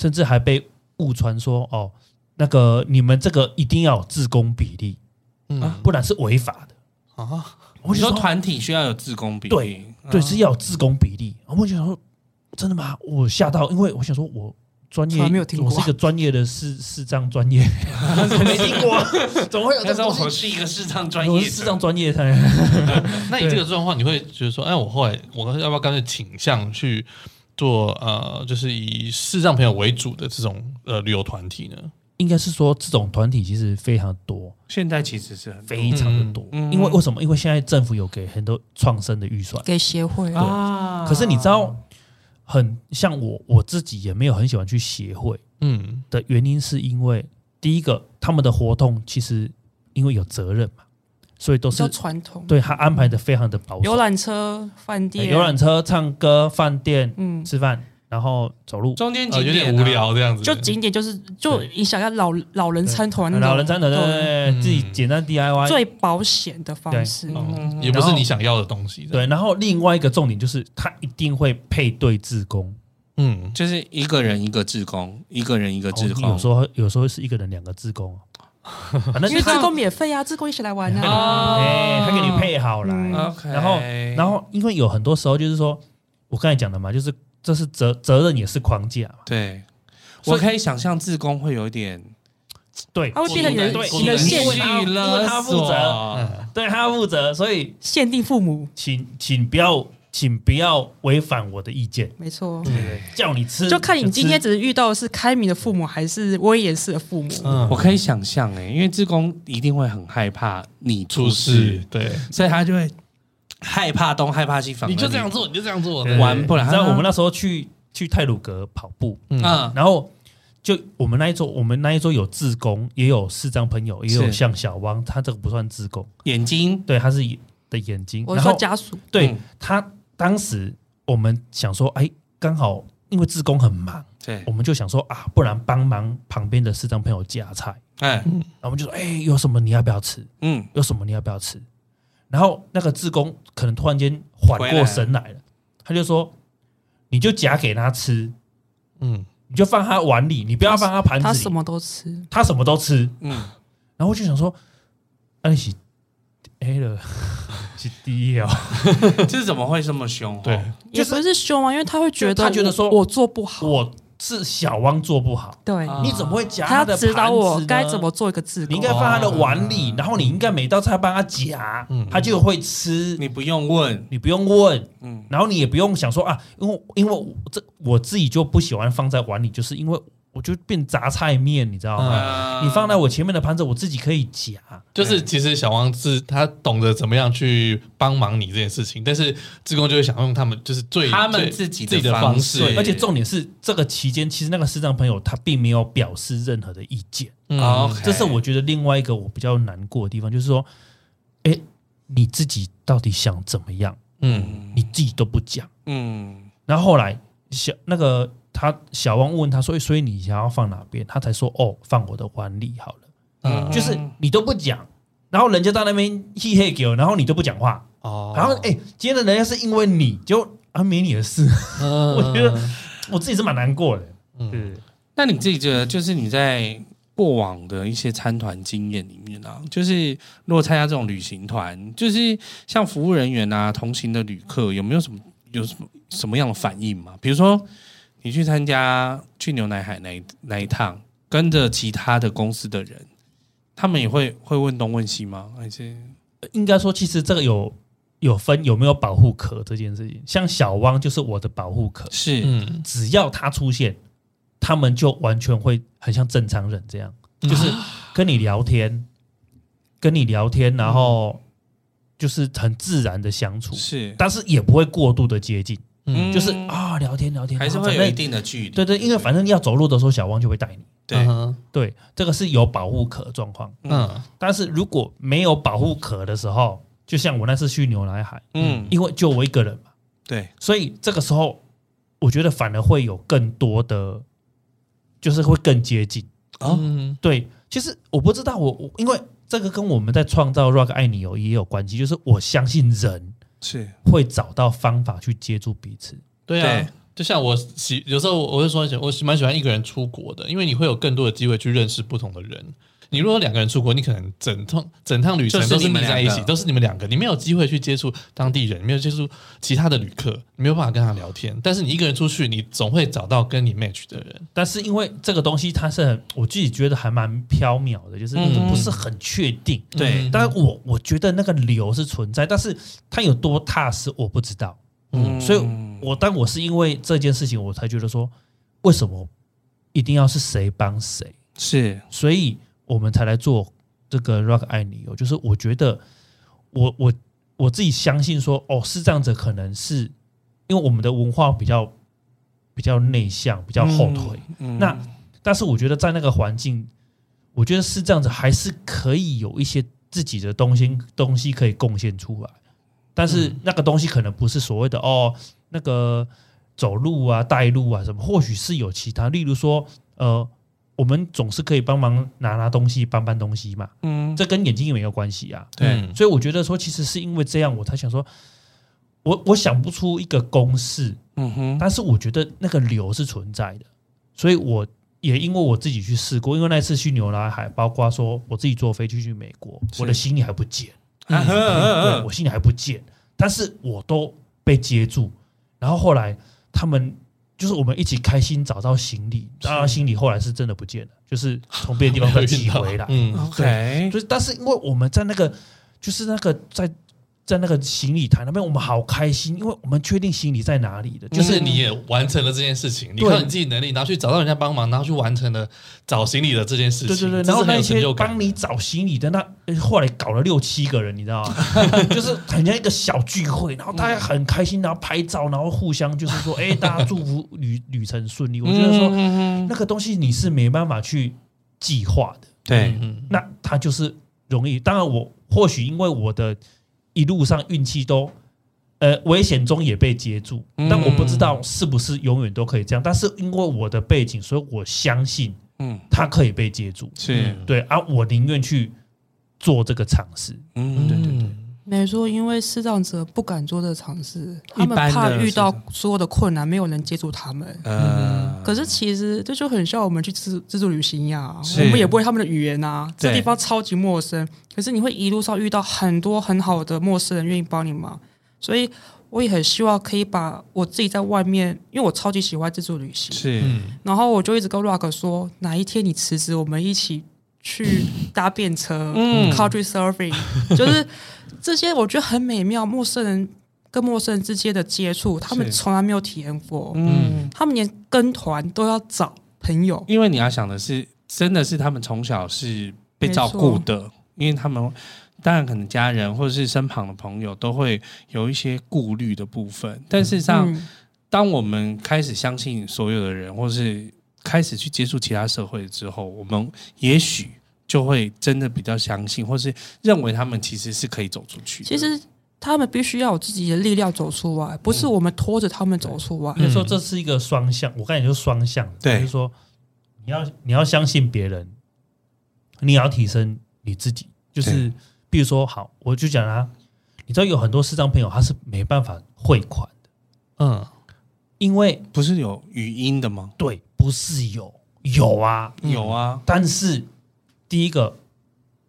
S3: 甚至还被误传说哦，那个你们这个一定要有自工比例，
S1: 嗯
S3: 啊，不然是违法的。
S1: 啊，
S3: 我
S2: 你
S3: 就
S2: 说
S3: 说
S2: 团体需要有自工比例，
S3: 对对是要有自工比例，我就想说真的吗？我吓到，因为我想说我。专
S4: 从
S3: 业
S4: 来没有听过
S3: 我是一个专业的视视障专业，没听过，怎么会有这
S2: 那时候
S3: 种
S2: 我是一个视障专
S3: (laughs) 我
S2: 业
S3: 是视
S2: 者
S3: 障，专业才。
S1: 那你这个状况，你会觉得说，哎，我后来我要不要干脆倾向去做呃，就是以视障朋友为主的这种呃旅游团体呢？
S3: 应该是说这种团体其实非常多，
S2: 现在其实是很
S3: 非常的多。
S2: 嗯
S3: 因为为什么？因为现在政府有给很多创生的预算，
S4: 给协会啊，
S2: 啊
S3: 可是你知道，很像我我自己也没有很喜欢去协会
S1: 嗯，
S3: 的原因，是因为第一个他们的活动其实因为有责任嘛，所以都
S4: 比较
S3: 哦是
S4: 传统，
S3: 对他安排的非常的保守，
S4: 游览车、饭
S3: 哎
S4: 店、
S3: 游览车、唱歌、饭店、
S4: 嗯，
S3: 吃饭，然后走路。
S2: 中间
S1: 呃
S2: 景
S1: 有
S2: 点
S1: 点
S2: 啊
S1: 无，聊这样子，
S4: 就景点就是就
S3: 对
S4: 你想要老老人参团那种，
S3: 老人真的对
S4: 对
S3: 对对自己
S1: 嗯
S3: 简单 DIY，
S4: 最保险的方式，
S1: 哦也不是你想要的东西。
S3: 对，，然后另外一个重点就是，他一定会配对志工。
S1: 嗯，
S2: 就是一个人一个志工，一个人一个志
S3: 哦
S2: 工
S3: 有时，候有时候是一个人两个志工哦，
S4: (laughs)
S3: 反正
S4: 因
S3: 就
S4: 为
S3: 是
S4: 自贡免费啊，自贡一起来玩啊，
S2: 哦
S3: 哎，他给你配好
S4: 嗯
S3: 来。
S2: OK，
S3: 然后然后，因为有很多时候就是说，我刚才讲的嘛，就是这是责责任也是框架嘛。
S2: 对，
S3: 所以
S2: 我可以想象志工会有一点
S3: 对，
S4: 它会变得
S3: 对
S4: 人
S3: 对
S4: 人的限
S3: 因为他
S2: 制
S3: 因为他负责，
S1: 嗯
S3: 对他负责，所以
S4: 限定父母，
S3: 请请不要请不要违反我的意见，
S4: 没错。
S3: 叫你吃
S4: 就看你今
S3: 吃
S4: 天只是遇到的是开明的父母，还是威严式的父母。
S1: 嗯
S2: 我可以想象哎、因为志工一定会很害怕你出
S1: 出事
S2: 事，，
S1: 对，
S2: 所以他就会害怕东害怕西，反而
S1: 你就这样做，你就这样做，
S3: 对
S2: 玩不然
S3: 你知道
S2: 他
S4: 啊
S3: 我们那时候去去泰鲁阁跑步，
S2: 嗯，
S3: 然后就我们那一桌，我们那一桌有志工，也有视障朋友，也有
S2: 是
S3: 像小汪，他这个不算志工，
S2: 眼睛
S3: 对，他是眼的眼睛。
S4: 我
S3: 然
S4: 说
S3: 后
S4: 家属，
S3: 对、
S2: 嗯
S3: 他当时我们想说，哎，刚好因为志工很忙，
S2: 对
S3: 我，们就想说啊，不然帮忙旁边的视障朋友夹菜。
S2: 哎
S3: 然后我们就说，哎，有什么你要不要吃？
S2: 嗯 (laughs)
S3: 有什么你要不要吃？然后那个志工可能突然间缓
S2: 回来
S3: 过
S2: 了
S3: 神来了，他就说：“你就夹给他吃，
S1: 嗯，
S3: 你就放他碗里，你不要放他盘
S4: 他
S3: 子
S4: 什
S3: 里，
S4: 么都吃，
S3: 他什么都吃。
S2: 嗯，”
S3: 然后我就想说：“那、啊、你是 A (laughs) 了，是 D 哦，
S2: 这怎么会这么凶？哦
S1: 对，
S4: 也不是凶啊，因为他会觉
S3: 就
S4: 得
S3: 他觉得
S4: 我
S3: 说嗯
S4: 我做不好，
S3: 我是小汪做不好，
S4: 对，
S2: 啊
S3: 你怎么会夹
S4: 他
S3: 他
S4: 要
S3: 的
S4: 指导
S3: 盘
S4: 我
S3: 子呢
S4: 该怎么做一个自
S3: 你
S4: 工
S3: 应该。放他的碗里，然后你应该每道菜帮他夹，
S1: 嗯
S3: 他就会吃。
S2: 你不用问，
S3: 你不用问，
S2: 嗯
S3: 然后你也不用想说啊，因为因为我这我自己就不喜欢放在碗里，就是因为我就变杂菜面，你知道吗？
S4: 嗯
S2: 呃
S3: 你放在我前面的盘子，我自己可以夹。
S1: 就是其实小王子他懂得怎么样去帮忙你这件事情，但是志工就会想用他们就是最
S2: 他们
S1: 最
S2: 自己的
S1: 自己的
S2: 方
S1: 方
S2: 式
S1: 式
S3: 而且重点是，这个期间其实那个视障朋友他并没有表示任何的意见，
S1: 嗯
S2: 哦 OK
S3: 这是我觉得另外一个我比较难过的地方，就是说，哎，你自己到底想怎么样？
S1: 嗯
S3: 你自己都不讲。
S2: 嗯
S3: 然后后来小那个他小汪问他说：“哎所以你想要放哪边？”他才说：“哦，放我的碗里好了。
S1: 嗯
S3: 就是你都不讲，然后人家在那边嘿嘿给我，然后你都不讲话，
S1: 哦
S3: 然后哎、今天的人家是因为你就啊没你的事，
S1: 我
S3: 我觉得我自己是蛮难过的。
S1: 嗯
S3: 对，
S2: 那你自己觉得，就是你在过往的一些参团经验里面啊，就是如果参加这种旅行团，就是像服务人员啊、同行的旅客，有没有什么有什么什么样的反应吗？比如说你去参加去牛奶海那一那一趟，跟着其他的公司的人，他们也会会问东问西吗？还是
S3: 呃应该说其实这个有有分有没有保护壳这件事情，像小汪就是我的保护壳，
S2: 是、
S1: 嗯
S3: 只要他出现，他们就完全会很像正常人这样，就是
S2: 啊
S3: 跟你聊天，跟你聊天，然
S2: 嗯
S3: 后就是很自然的相处，
S2: 是，
S3: 但是也不会过度的接近，
S1: 嗯
S3: 就是啊、聊天聊天，
S2: 还是
S3: 然后
S2: 会
S3: 反
S2: 有
S3: 正
S2: 一定的距离。
S3: 对对，因为反正要走路的时候，小汪就会带你。
S2: 对
S1: 嗯哼
S3: 对，这个是有保护壳状况，
S1: 嗯
S3: 但是如果没有保护壳的时候，就像我那次去牛奶海，
S2: 嗯
S3: 因为就我一个人嘛，
S2: 对
S3: 所以这个时候，我觉得反而会有更多的，就是会更接近。
S2: 哦
S1: 嗯
S3: 对，其实我不知道我，我因为这个跟我们在创造 Rock 爱你有也有关系，就是我相信人
S2: 是
S3: 会找到方法去接住彼此。
S1: 对啊
S2: 对，
S1: 就像我喜有时候我会说，我喜蛮喜欢一个人出国的，因为你会有更多的机会去认识不同的人。你如果两个人出国，你可能整趟整趟旅程
S2: 就是
S1: 都是
S2: 你
S1: 腻
S2: 们
S1: 在一
S2: 两
S1: 起，
S2: 个
S1: 都是你们两个，你没有机会去接触当地人，没有接触其他的旅客，你没有办法跟他聊天。但是你一个人出去，你总会找到跟你 match 的人。
S3: 但是因为这个东西它是很，我自己觉得还蛮缥缈的，就是
S2: 嗯
S3: 不是很确定。
S2: 对
S1: 嗯
S3: 但我我觉得那个流是存在，但是它有多踏实我不知道。
S1: 嗯
S3: 所以我但我是因为这件事情，我才觉得说，为什么一定要是谁帮谁？
S2: 是
S3: 所以我们才来做这个 Rock 爱你哦。就是我觉得我我我自己相信说，哦，视障者可能是因为我们的文化比较比较内向，比较后退，
S2: 嗯
S3: 那但是我觉得在那个环境，我觉得视障者还是可以有一些自己的东西东西可以贡献出来，但是那个东西可能不是所谓的哦那个走路啊、带路啊什么，或许是有其他，例如说呃，我们总是可以帮忙拿拿东西、搬搬东西嘛，
S2: 嗯
S3: 这跟眼睛也没有关系啊。
S2: 对
S1: 嗯
S3: 所以我觉得说，其实是因为这样，我才想说，我我想不出一个公式，
S2: 嗯哼
S3: 但是我觉得那个流是存在的，所以我也因为我自己去试过，因为那次去牛奶海，包括说我自己坐飞机去美国，
S2: 是
S3: 我的行李还不见，
S2: 啊呵呵
S3: 对
S2: 呵
S3: 我行李还不见，但是我都被接住，然后后来他们。就是我们一起开心找到行李，当然行李后来是真的不见了，就是从别的地方
S1: (laughs)
S3: 再寄回来。
S1: 嗯，
S2: OK，
S3: 就是，但是因为我们在那个，就是那个在在那个行李台那边，我们好开心，因为我们确定行李在哪里了，就
S1: 就是是你也完成了这件事情，你
S3: 对
S1: 靠你自己能力，然后去找到人家帮忙，然后去完成了找行李的这件事情。
S3: 对对对，
S1: 这
S3: 然
S1: 是
S3: 后
S1: 很
S3: 那
S1: 有成
S3: 些
S1: 就感
S3: 帮你找行李的那呃后来搞了六七个人，你知道吗？ (laughs) 就是很像一个小聚会，然后大家很开心，然后拍照，然后互相就是
S1: (laughs)
S3: 说，哎，大家祝福旅旅程顺利。我觉得说
S2: 嗯嗯嗯
S3: 那个东西你是没办法去计划的，
S2: 对，
S1: 嗯
S3: 那它就是容易。当然我，或许因为我的一路上运气都。呃，危险中也被接住，
S2: 嗯
S3: 但我不知道是不是永远都可以这样。但是因为我的背景，所以我相信
S2: 嗯
S3: 它可以被接住。
S2: 是，
S3: 对啊，我宁愿去做这个尝试。
S2: 嗯对对对，
S1: 嗯
S4: 没错，因为视障者不敢做这个尝试，
S2: 一
S4: 他
S2: 般的
S4: 们怕遇
S2: 视
S4: 到
S2: 障
S4: 所有的困难，没有人接住他们。
S2: 呃，
S4: 可是其实这就很像我们去自自助旅行呀、
S2: 是
S4: 我们也不会他们的语言啊，这
S2: 对
S4: 地方超级陌生。可是你会一路上遇到很多很好的陌生人愿意帮你忙，所以我也很希望可以把我自己在外面，因为我超级喜欢自助旅行，
S2: 是
S1: 嗯，
S4: 然后我就一直跟 Rock 说，哪一天你辞职，我们一起去搭便车、
S2: 嗯
S4: c o u n t r y surfing，就是 (laughs) 这些我觉得很美妙，陌生人跟陌生人之间的接触，他们
S2: 是
S4: 从来没有体验过，
S2: 嗯，
S4: 他们连跟团都要找朋友，
S2: 因为你要想的是，真的是他们从小是被照顾的，因为他们当然可能家人或者是身旁的朋友都会有一些顾虑的部分，但事实上，
S4: 嗯
S2: 当我们开始相信所有的人，或是开始去接触其他社会之后，我们也许就会真的比较相信，或是认为他们其实是可以走出去的。
S4: 其实他们必须要有自己的力量走出来，不是我们拖着他们走出来。
S3: 所以说这是一个双向，我刚才就是双向的，
S2: 对
S3: 就是说你要你要相信别人，你也要提升你自己，就是比如说好，我就讲啊，你知道有很多视障朋友他是没办法汇款的，
S1: 嗯，
S3: 因为
S2: 不是有语音的吗？
S3: 对，不是有有啊，
S2: 有啊，
S3: 但是第一个，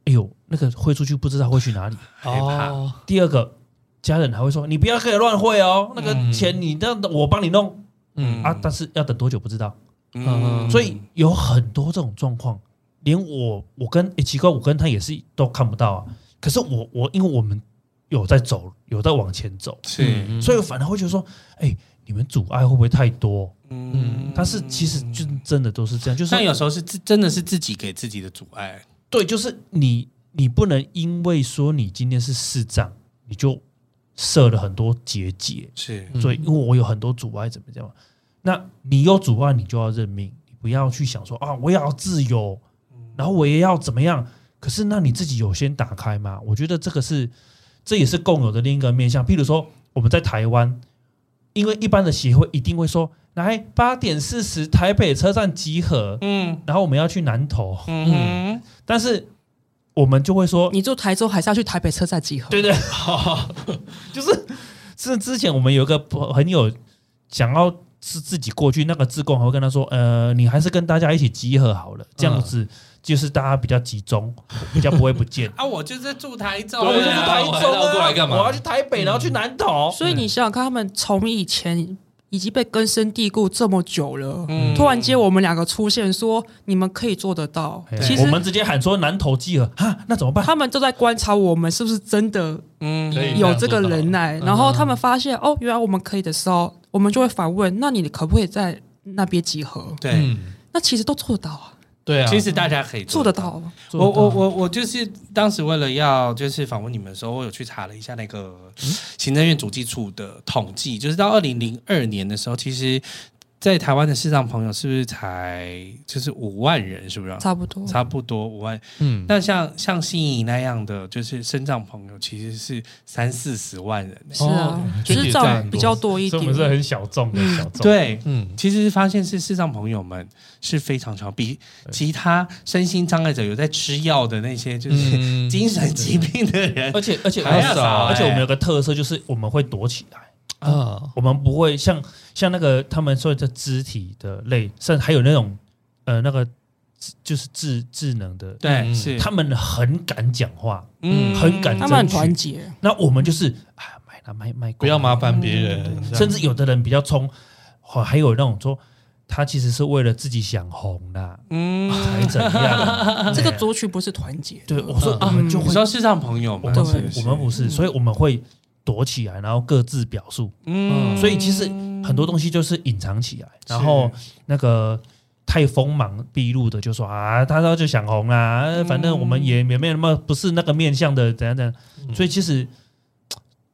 S3: 哎呦，那个汇出去不知道会去哪里。
S2: 害怕
S1: 哦，
S3: 第二个，家人还会说你不要可以乱汇哦，那
S2: 嗯
S3: 个钱你让我帮你弄、
S1: 嗯
S3: 啊，但是要等多久不知道，
S1: 嗯
S3: 所以有很多这种状况，连我我跟、诶奇怪我跟他也是都看不到啊，可是我我因为我们有在走，有在往前走，
S1: 嗯
S2: 是，
S3: 所以反而会觉得说，哎、你们阻碍会不会太多？
S2: 嗯
S3: 但是其实就真的都是这样，就是
S2: 像有时候是自真的是自己给自己的阻碍，
S3: 对，就是你你不能因为说你今天是视障，你就设了很多结节，
S2: 是
S1: 嗯
S3: 所以因为我有很多阻碍，怎么怎么样，那你有阻碍，你就要认命，你不要去想说啊，我也要自由，
S2: 嗯
S3: 然后我也要怎么样。可是那你自己有先打开吗？我觉得这个是，这也是共有的另一个面向。譬如说我们在台湾，因为一般的协会一定会说，来八点四十台北车站集合，
S2: 嗯
S3: 然后我们要去南投，
S2: 嗯。
S3: 但是我们就会说，
S4: 你住台州还是要去台北车站集合？
S3: 对对， (laughs) 就是是之前我们有一个朋很有想要自自己过去，那个志工还会跟他说，呃，你还是跟大家一起集合好了，这样子就是大家比较集中，比较不会不见
S2: 啊，我就是住台中
S3: 我们就
S1: (laughs)
S3: 是
S1: 对啊
S3: 台
S1: 我还
S3: 中
S1: 绕过
S3: 啊
S1: 来，干嘛
S3: 我要去台北，然后去南投，
S4: 所以你想想看，他们从以前已经被根深蒂固这么久了，
S2: 嗯
S4: 突然间我们两个出现说你们可以做得到，
S3: 哎
S4: 其
S3: 我
S4: 实
S3: 们直接喊说南投集合，哈，那怎么办？
S4: 他们都在观察我们是不是真的
S2: 嗯
S1: 可以
S4: 有这个啊能耐，
S1: 嗯
S4: 然后他们发现哦，原来我们可以的时候，我们就会反问：那你可不可以在那边集合？
S2: 对，
S1: 嗯，
S4: 那其实都做得到啊，
S1: 对啊，
S2: 其实大家可以
S4: 做得。到。啊
S2: 我我我我就是当时为了要就是访问你们的时候，我有去查了一下那个行政院主计处的统计，就是到二零零二年的时候，其实，在台湾的视障朋友是不是才就是五万人，是不是啊？
S4: 差不多，
S2: 差不多五万。
S1: 嗯，
S2: 那像像心仪那样的，就是身障朋友，其实是三四十万人、欸。
S4: 是啊
S1: 哦，
S4: 只
S1: 具体
S4: 是
S1: 占
S4: 占
S1: 很
S4: 比
S1: 多
S4: 较多一
S3: 所以
S4: 点
S3: 我们。是很小众的小众，，
S2: 对，
S1: 嗯
S2: 其实发现是视障朋友们是非常强，比其他身心障碍者有在吃药的那些，就是
S1: 嗯
S2: 精神疾病的人，
S3: (laughs) 而且而且
S2: 还要少
S3: 而且
S2: 哎
S3: 我们有个特色就是我们会躲起来。
S1: 啊，
S3: 我们不会像像那个他们说的肢体的类，甚至还有那种呃那个智就是智智能的，
S2: 对，
S1: 嗯
S2: 是
S3: 他们很敢讲话，
S2: 嗯
S3: 很敢
S4: 他们
S3: 争
S4: 很
S3: 取哎
S4: 团结，
S3: 那我们就是啊买了买买，
S1: 不要麻，烦别人，这样
S3: 甚至有的人比较冲，哦还有那种说他其实是为了自己想红啦，
S2: 嗯，
S3: 才怎
S4: (laughs)
S3: 样？
S4: 这个族群不是团结。
S3: 对我说
S1: 嗯
S3: 我们就
S2: 你
S3: 会，
S2: 说视障朋友
S3: 我
S2: 们
S3: 们
S2: 是不
S3: 不
S2: 是，
S3: 我们不是，所以我们会躲起来，然后各自表述。
S2: 嗯
S3: 所以其实很多东西就是隐藏起来，然后那个太锋芒毕露的就说啊，大家就想红啦、啊，反正我们也也没有那么不是那个面向的怎样怎样，所以其实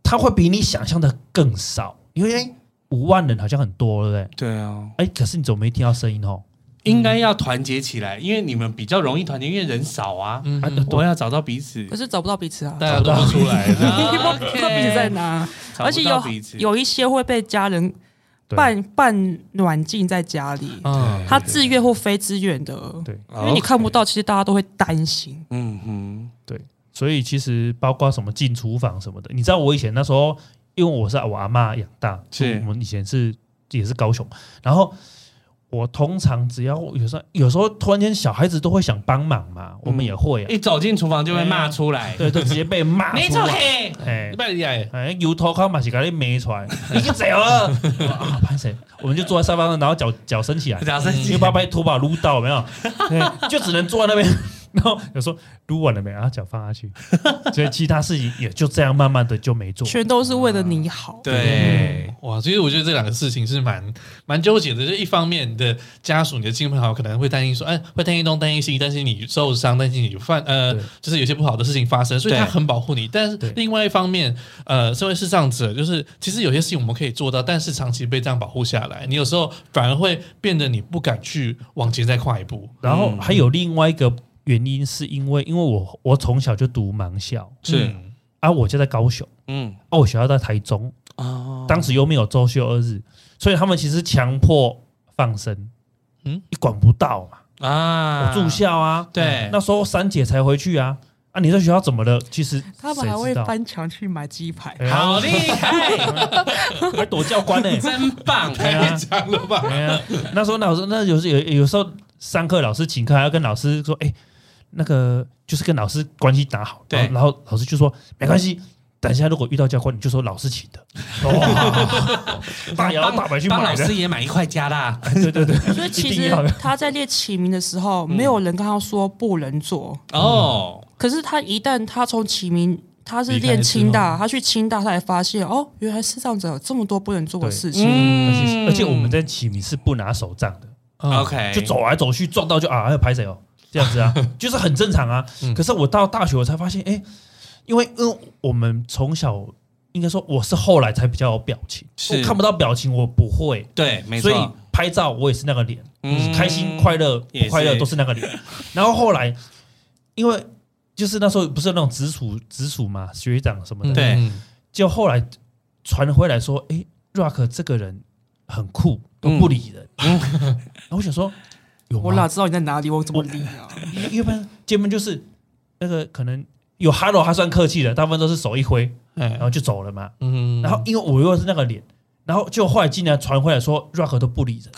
S3: 他会比你想象的更少，因为哎五万人好像很多，对不对？
S2: 对啊，
S3: 哎，可是你怎么没听到声音哦？
S2: 应该要团结起来，因为你们比较容易团结，因为人少啊，
S1: 嗯
S3: 啊
S1: 嗯
S2: 我要找到彼此啊
S4: 可，是找不到彼此啊，
S1: 大家都不出来，这样
S4: 你不知道彼此在哪，
S2: 找
S4: 而
S2: 不
S4: 且
S2: 到
S4: 有
S2: 彼此，
S4: 有一些会被家人
S3: 对
S4: 半半软禁在家里，
S1: 啊，
S4: 他自愿或非自愿的，
S3: 对
S4: 因为你看不到，其实大家都会担心。
S2: 哦嗯哼，
S3: 对，所以其实包括什么进厨房什么的，你知道我以前那时候，因为我是我阿妈养大，
S2: 是
S3: 我们以前是也是高雄，然后我通常只要有时候有时候突然间小孩子都会想帮忙嘛，我们也会、啊，
S2: 一走进厨房就会骂出来，
S3: 对，就直接被骂
S2: 嗯没
S3: 出
S2: 错
S3: 来，
S2: 嘿，
S3: 哎
S1: 你，拜你哎，
S3: 哎，油头靠马是给你没出来，你去
S2: (laughs)
S3: 走了，啊，潘谁？我们就坐在沙发上，然后脚脚伸起来，
S2: (laughs) 假设
S3: 因为爸爸被拖把撸到，有
S2: (laughs)
S3: 没有？对，就只能坐在那边。然后有时候撸完了没啊，脚放下去， (laughs) 所以其他事情也就这样慢慢的就没做。
S4: 全都是为了你好。
S2: 对，
S1: 哇，其实我觉得这两个事情是蛮蛮纠结的。就一方面，你的家属、你的亲朋好友可能会担心说，哎，会担心东、担心西，担心你受伤，担心你犯呃
S3: 对，
S1: 就是有些不好的事情发生，所以
S2: 对
S1: 他很保护你。但是
S3: 对
S1: 另外一方面，呃，身为视障者，就是其实有些事情我们可以做到，但是长期被这样保护下来，你有时候反而会变得你不敢去往前再跨一步。
S3: 然后还有另外一个原因，是因为因为我我从小就读盲校
S2: 是，
S1: 嗯
S3: 啊，我家在高雄，
S2: 嗯，
S3: 啊，我学校在台中，
S2: 哦，
S3: 当时又没有周休二日，所以他们其实强迫放生，
S1: 嗯
S3: 嗯，你管不到嘛。
S2: 啊，
S3: 我住，校啊，
S2: 对
S3: 那时候三姐才回去啊，啊，你在学校怎么了？其实
S4: 他们还
S3: 谁
S4: 会
S3: 知道，
S4: 翻墙去买鸡排，
S3: 哎呀
S2: 好厉害，
S3: (laughs) 还躲教官呢、
S2: 真棒，
S3: 哎呀
S1: 讲了吧，
S3: 哎呀，那时候老师，那有时有有时候上课老师请客还要跟老师说，哎、那个就是跟老师关系打好，
S2: 对
S3: 然后然后老师就说没关系。等一下，如果遇到教官，你就说老师请的，哦、大摇大摆去
S2: 帮
S3: 买
S2: 老
S3: 的嗯
S2: 师，也买一块加辣，
S3: 对对对，
S4: 所以其
S3: 一定
S4: 实
S3: 要的嗯
S4: 他在列起名的时候，没有人跟他说不能做。
S2: 哦，
S4: 可是他一旦他从起名，他是
S1: 离开
S4: 练清
S1: 之
S4: 大，他去清大，他才发现哦，原来视障者有这么多不能做的
S3: 对
S4: 事情。
S3: 而且
S2: 嗯
S3: 是而且我们在起名是不拿手杖的，
S2: OK
S3: 就走来走去撞到就啊要拍谁哦，这样子啊， (laughs) 就是很正常啊
S1: 嗯。
S3: 可是我到大学我才发现，哎、因为因为我们从小应该说我是后来才比较有表情，
S2: 是
S3: 我看不到表情我不会，
S2: 对，没
S3: 所以
S2: 错，
S3: 拍照我也是那个脸，
S2: 嗯
S3: 开心快乐
S2: 也
S3: 不
S2: 是
S3: 快乐都是那个脸。
S2: (laughs)
S3: 然后后来因为就是那时候不是有那种直属直属嘛，学长什么的，
S2: 对
S1: 嗯
S3: 就后来传回来说，哎、r o c k 这个人很酷，都
S2: 嗯
S3: 不理人。 (laughs) 然后我想说，有
S4: 我
S3: 吗
S4: 哪？知道你在哪里？我怎么理啊？
S3: 因为不然见面就是那个可能有 hello 还算客气的，大部分都是手一挥，
S1: 哎
S3: 然后就走了嘛。
S1: 嗯
S3: 然后因为我又是那个脸，然后就后来竟然传回来说 Rock 都不理人，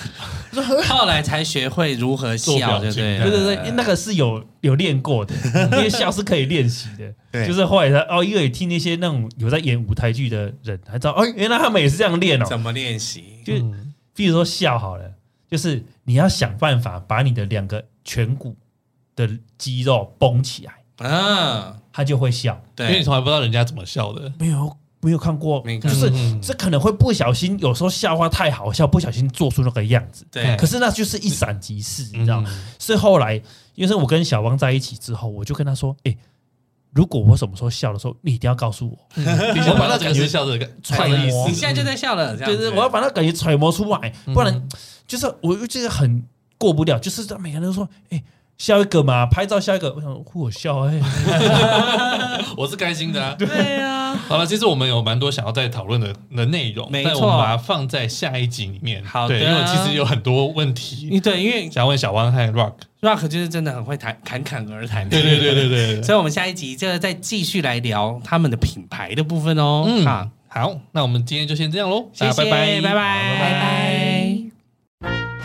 S2: 后来才学会如何
S1: 做
S2: 笑，
S1: 表
S2: 对
S1: 情
S2: 不对了？
S3: 对对对，那个是有有练 (laughs) 过的，因为笑是可以练习的。
S2: 对
S3: 就是后来他哦，因为听那些那种有在演舞台剧的人，还知道哦，原来他们也是这样练哦。
S2: 怎么练习？
S3: 就比如说笑好了，就是你要想办法把你的两个颧骨的肌肉绷起来，
S2: 嗯，
S3: 他就会笑。
S1: 因为
S2: 对
S1: 你，从来不知道人家怎么笑的，
S3: (laughs) 没有没有看过，
S2: 没看
S3: 就
S2: 过
S3: 是
S1: 嗯
S3: 这可能会不小心，有时候笑话太好笑，不小心做出那个样子。
S2: 对
S3: 可是那就是一闪即逝，你知道吗？
S1: 嗯
S3: 是后来，因为是我跟小汪在一起之后，我就跟他说：“哎，如果我什么时候笑的时候，你一定要告诉我，
S1: 我把那整个学校的串的意
S3: 我
S1: 思，
S2: 你现在就在笑了，这样
S3: 就
S2: 子嗯
S3: 是我要把那感觉揣摩出来，不然就是我就觉得很过不了。就是每个人都说：‘哎，笑一个嘛，拍照笑一个。’我想我笑哎，
S1: 我是开心的啊。
S2: 对啊，
S1: (laughs) 好了，其实我们有蛮多想要再讨论的的内容，
S2: 没错
S1: 但我们把它放在下一集里面。
S2: 好的
S1: 对，因为其实有很多问题
S2: 你对，因为
S1: 想要问小汪和 Rock。
S2: Rock 就是真的很会谈侃侃而谈，
S1: 对对对对对对，
S2: 所以，我们下一集就再继续来聊他们的品牌的部分哦。
S1: (laughs) 嗯
S2: 好，
S1: 好，那我们今天就先这样喽，
S2: 谢
S1: 大家
S2: 谢，
S1: 拜拜，
S2: 拜拜，拜拜。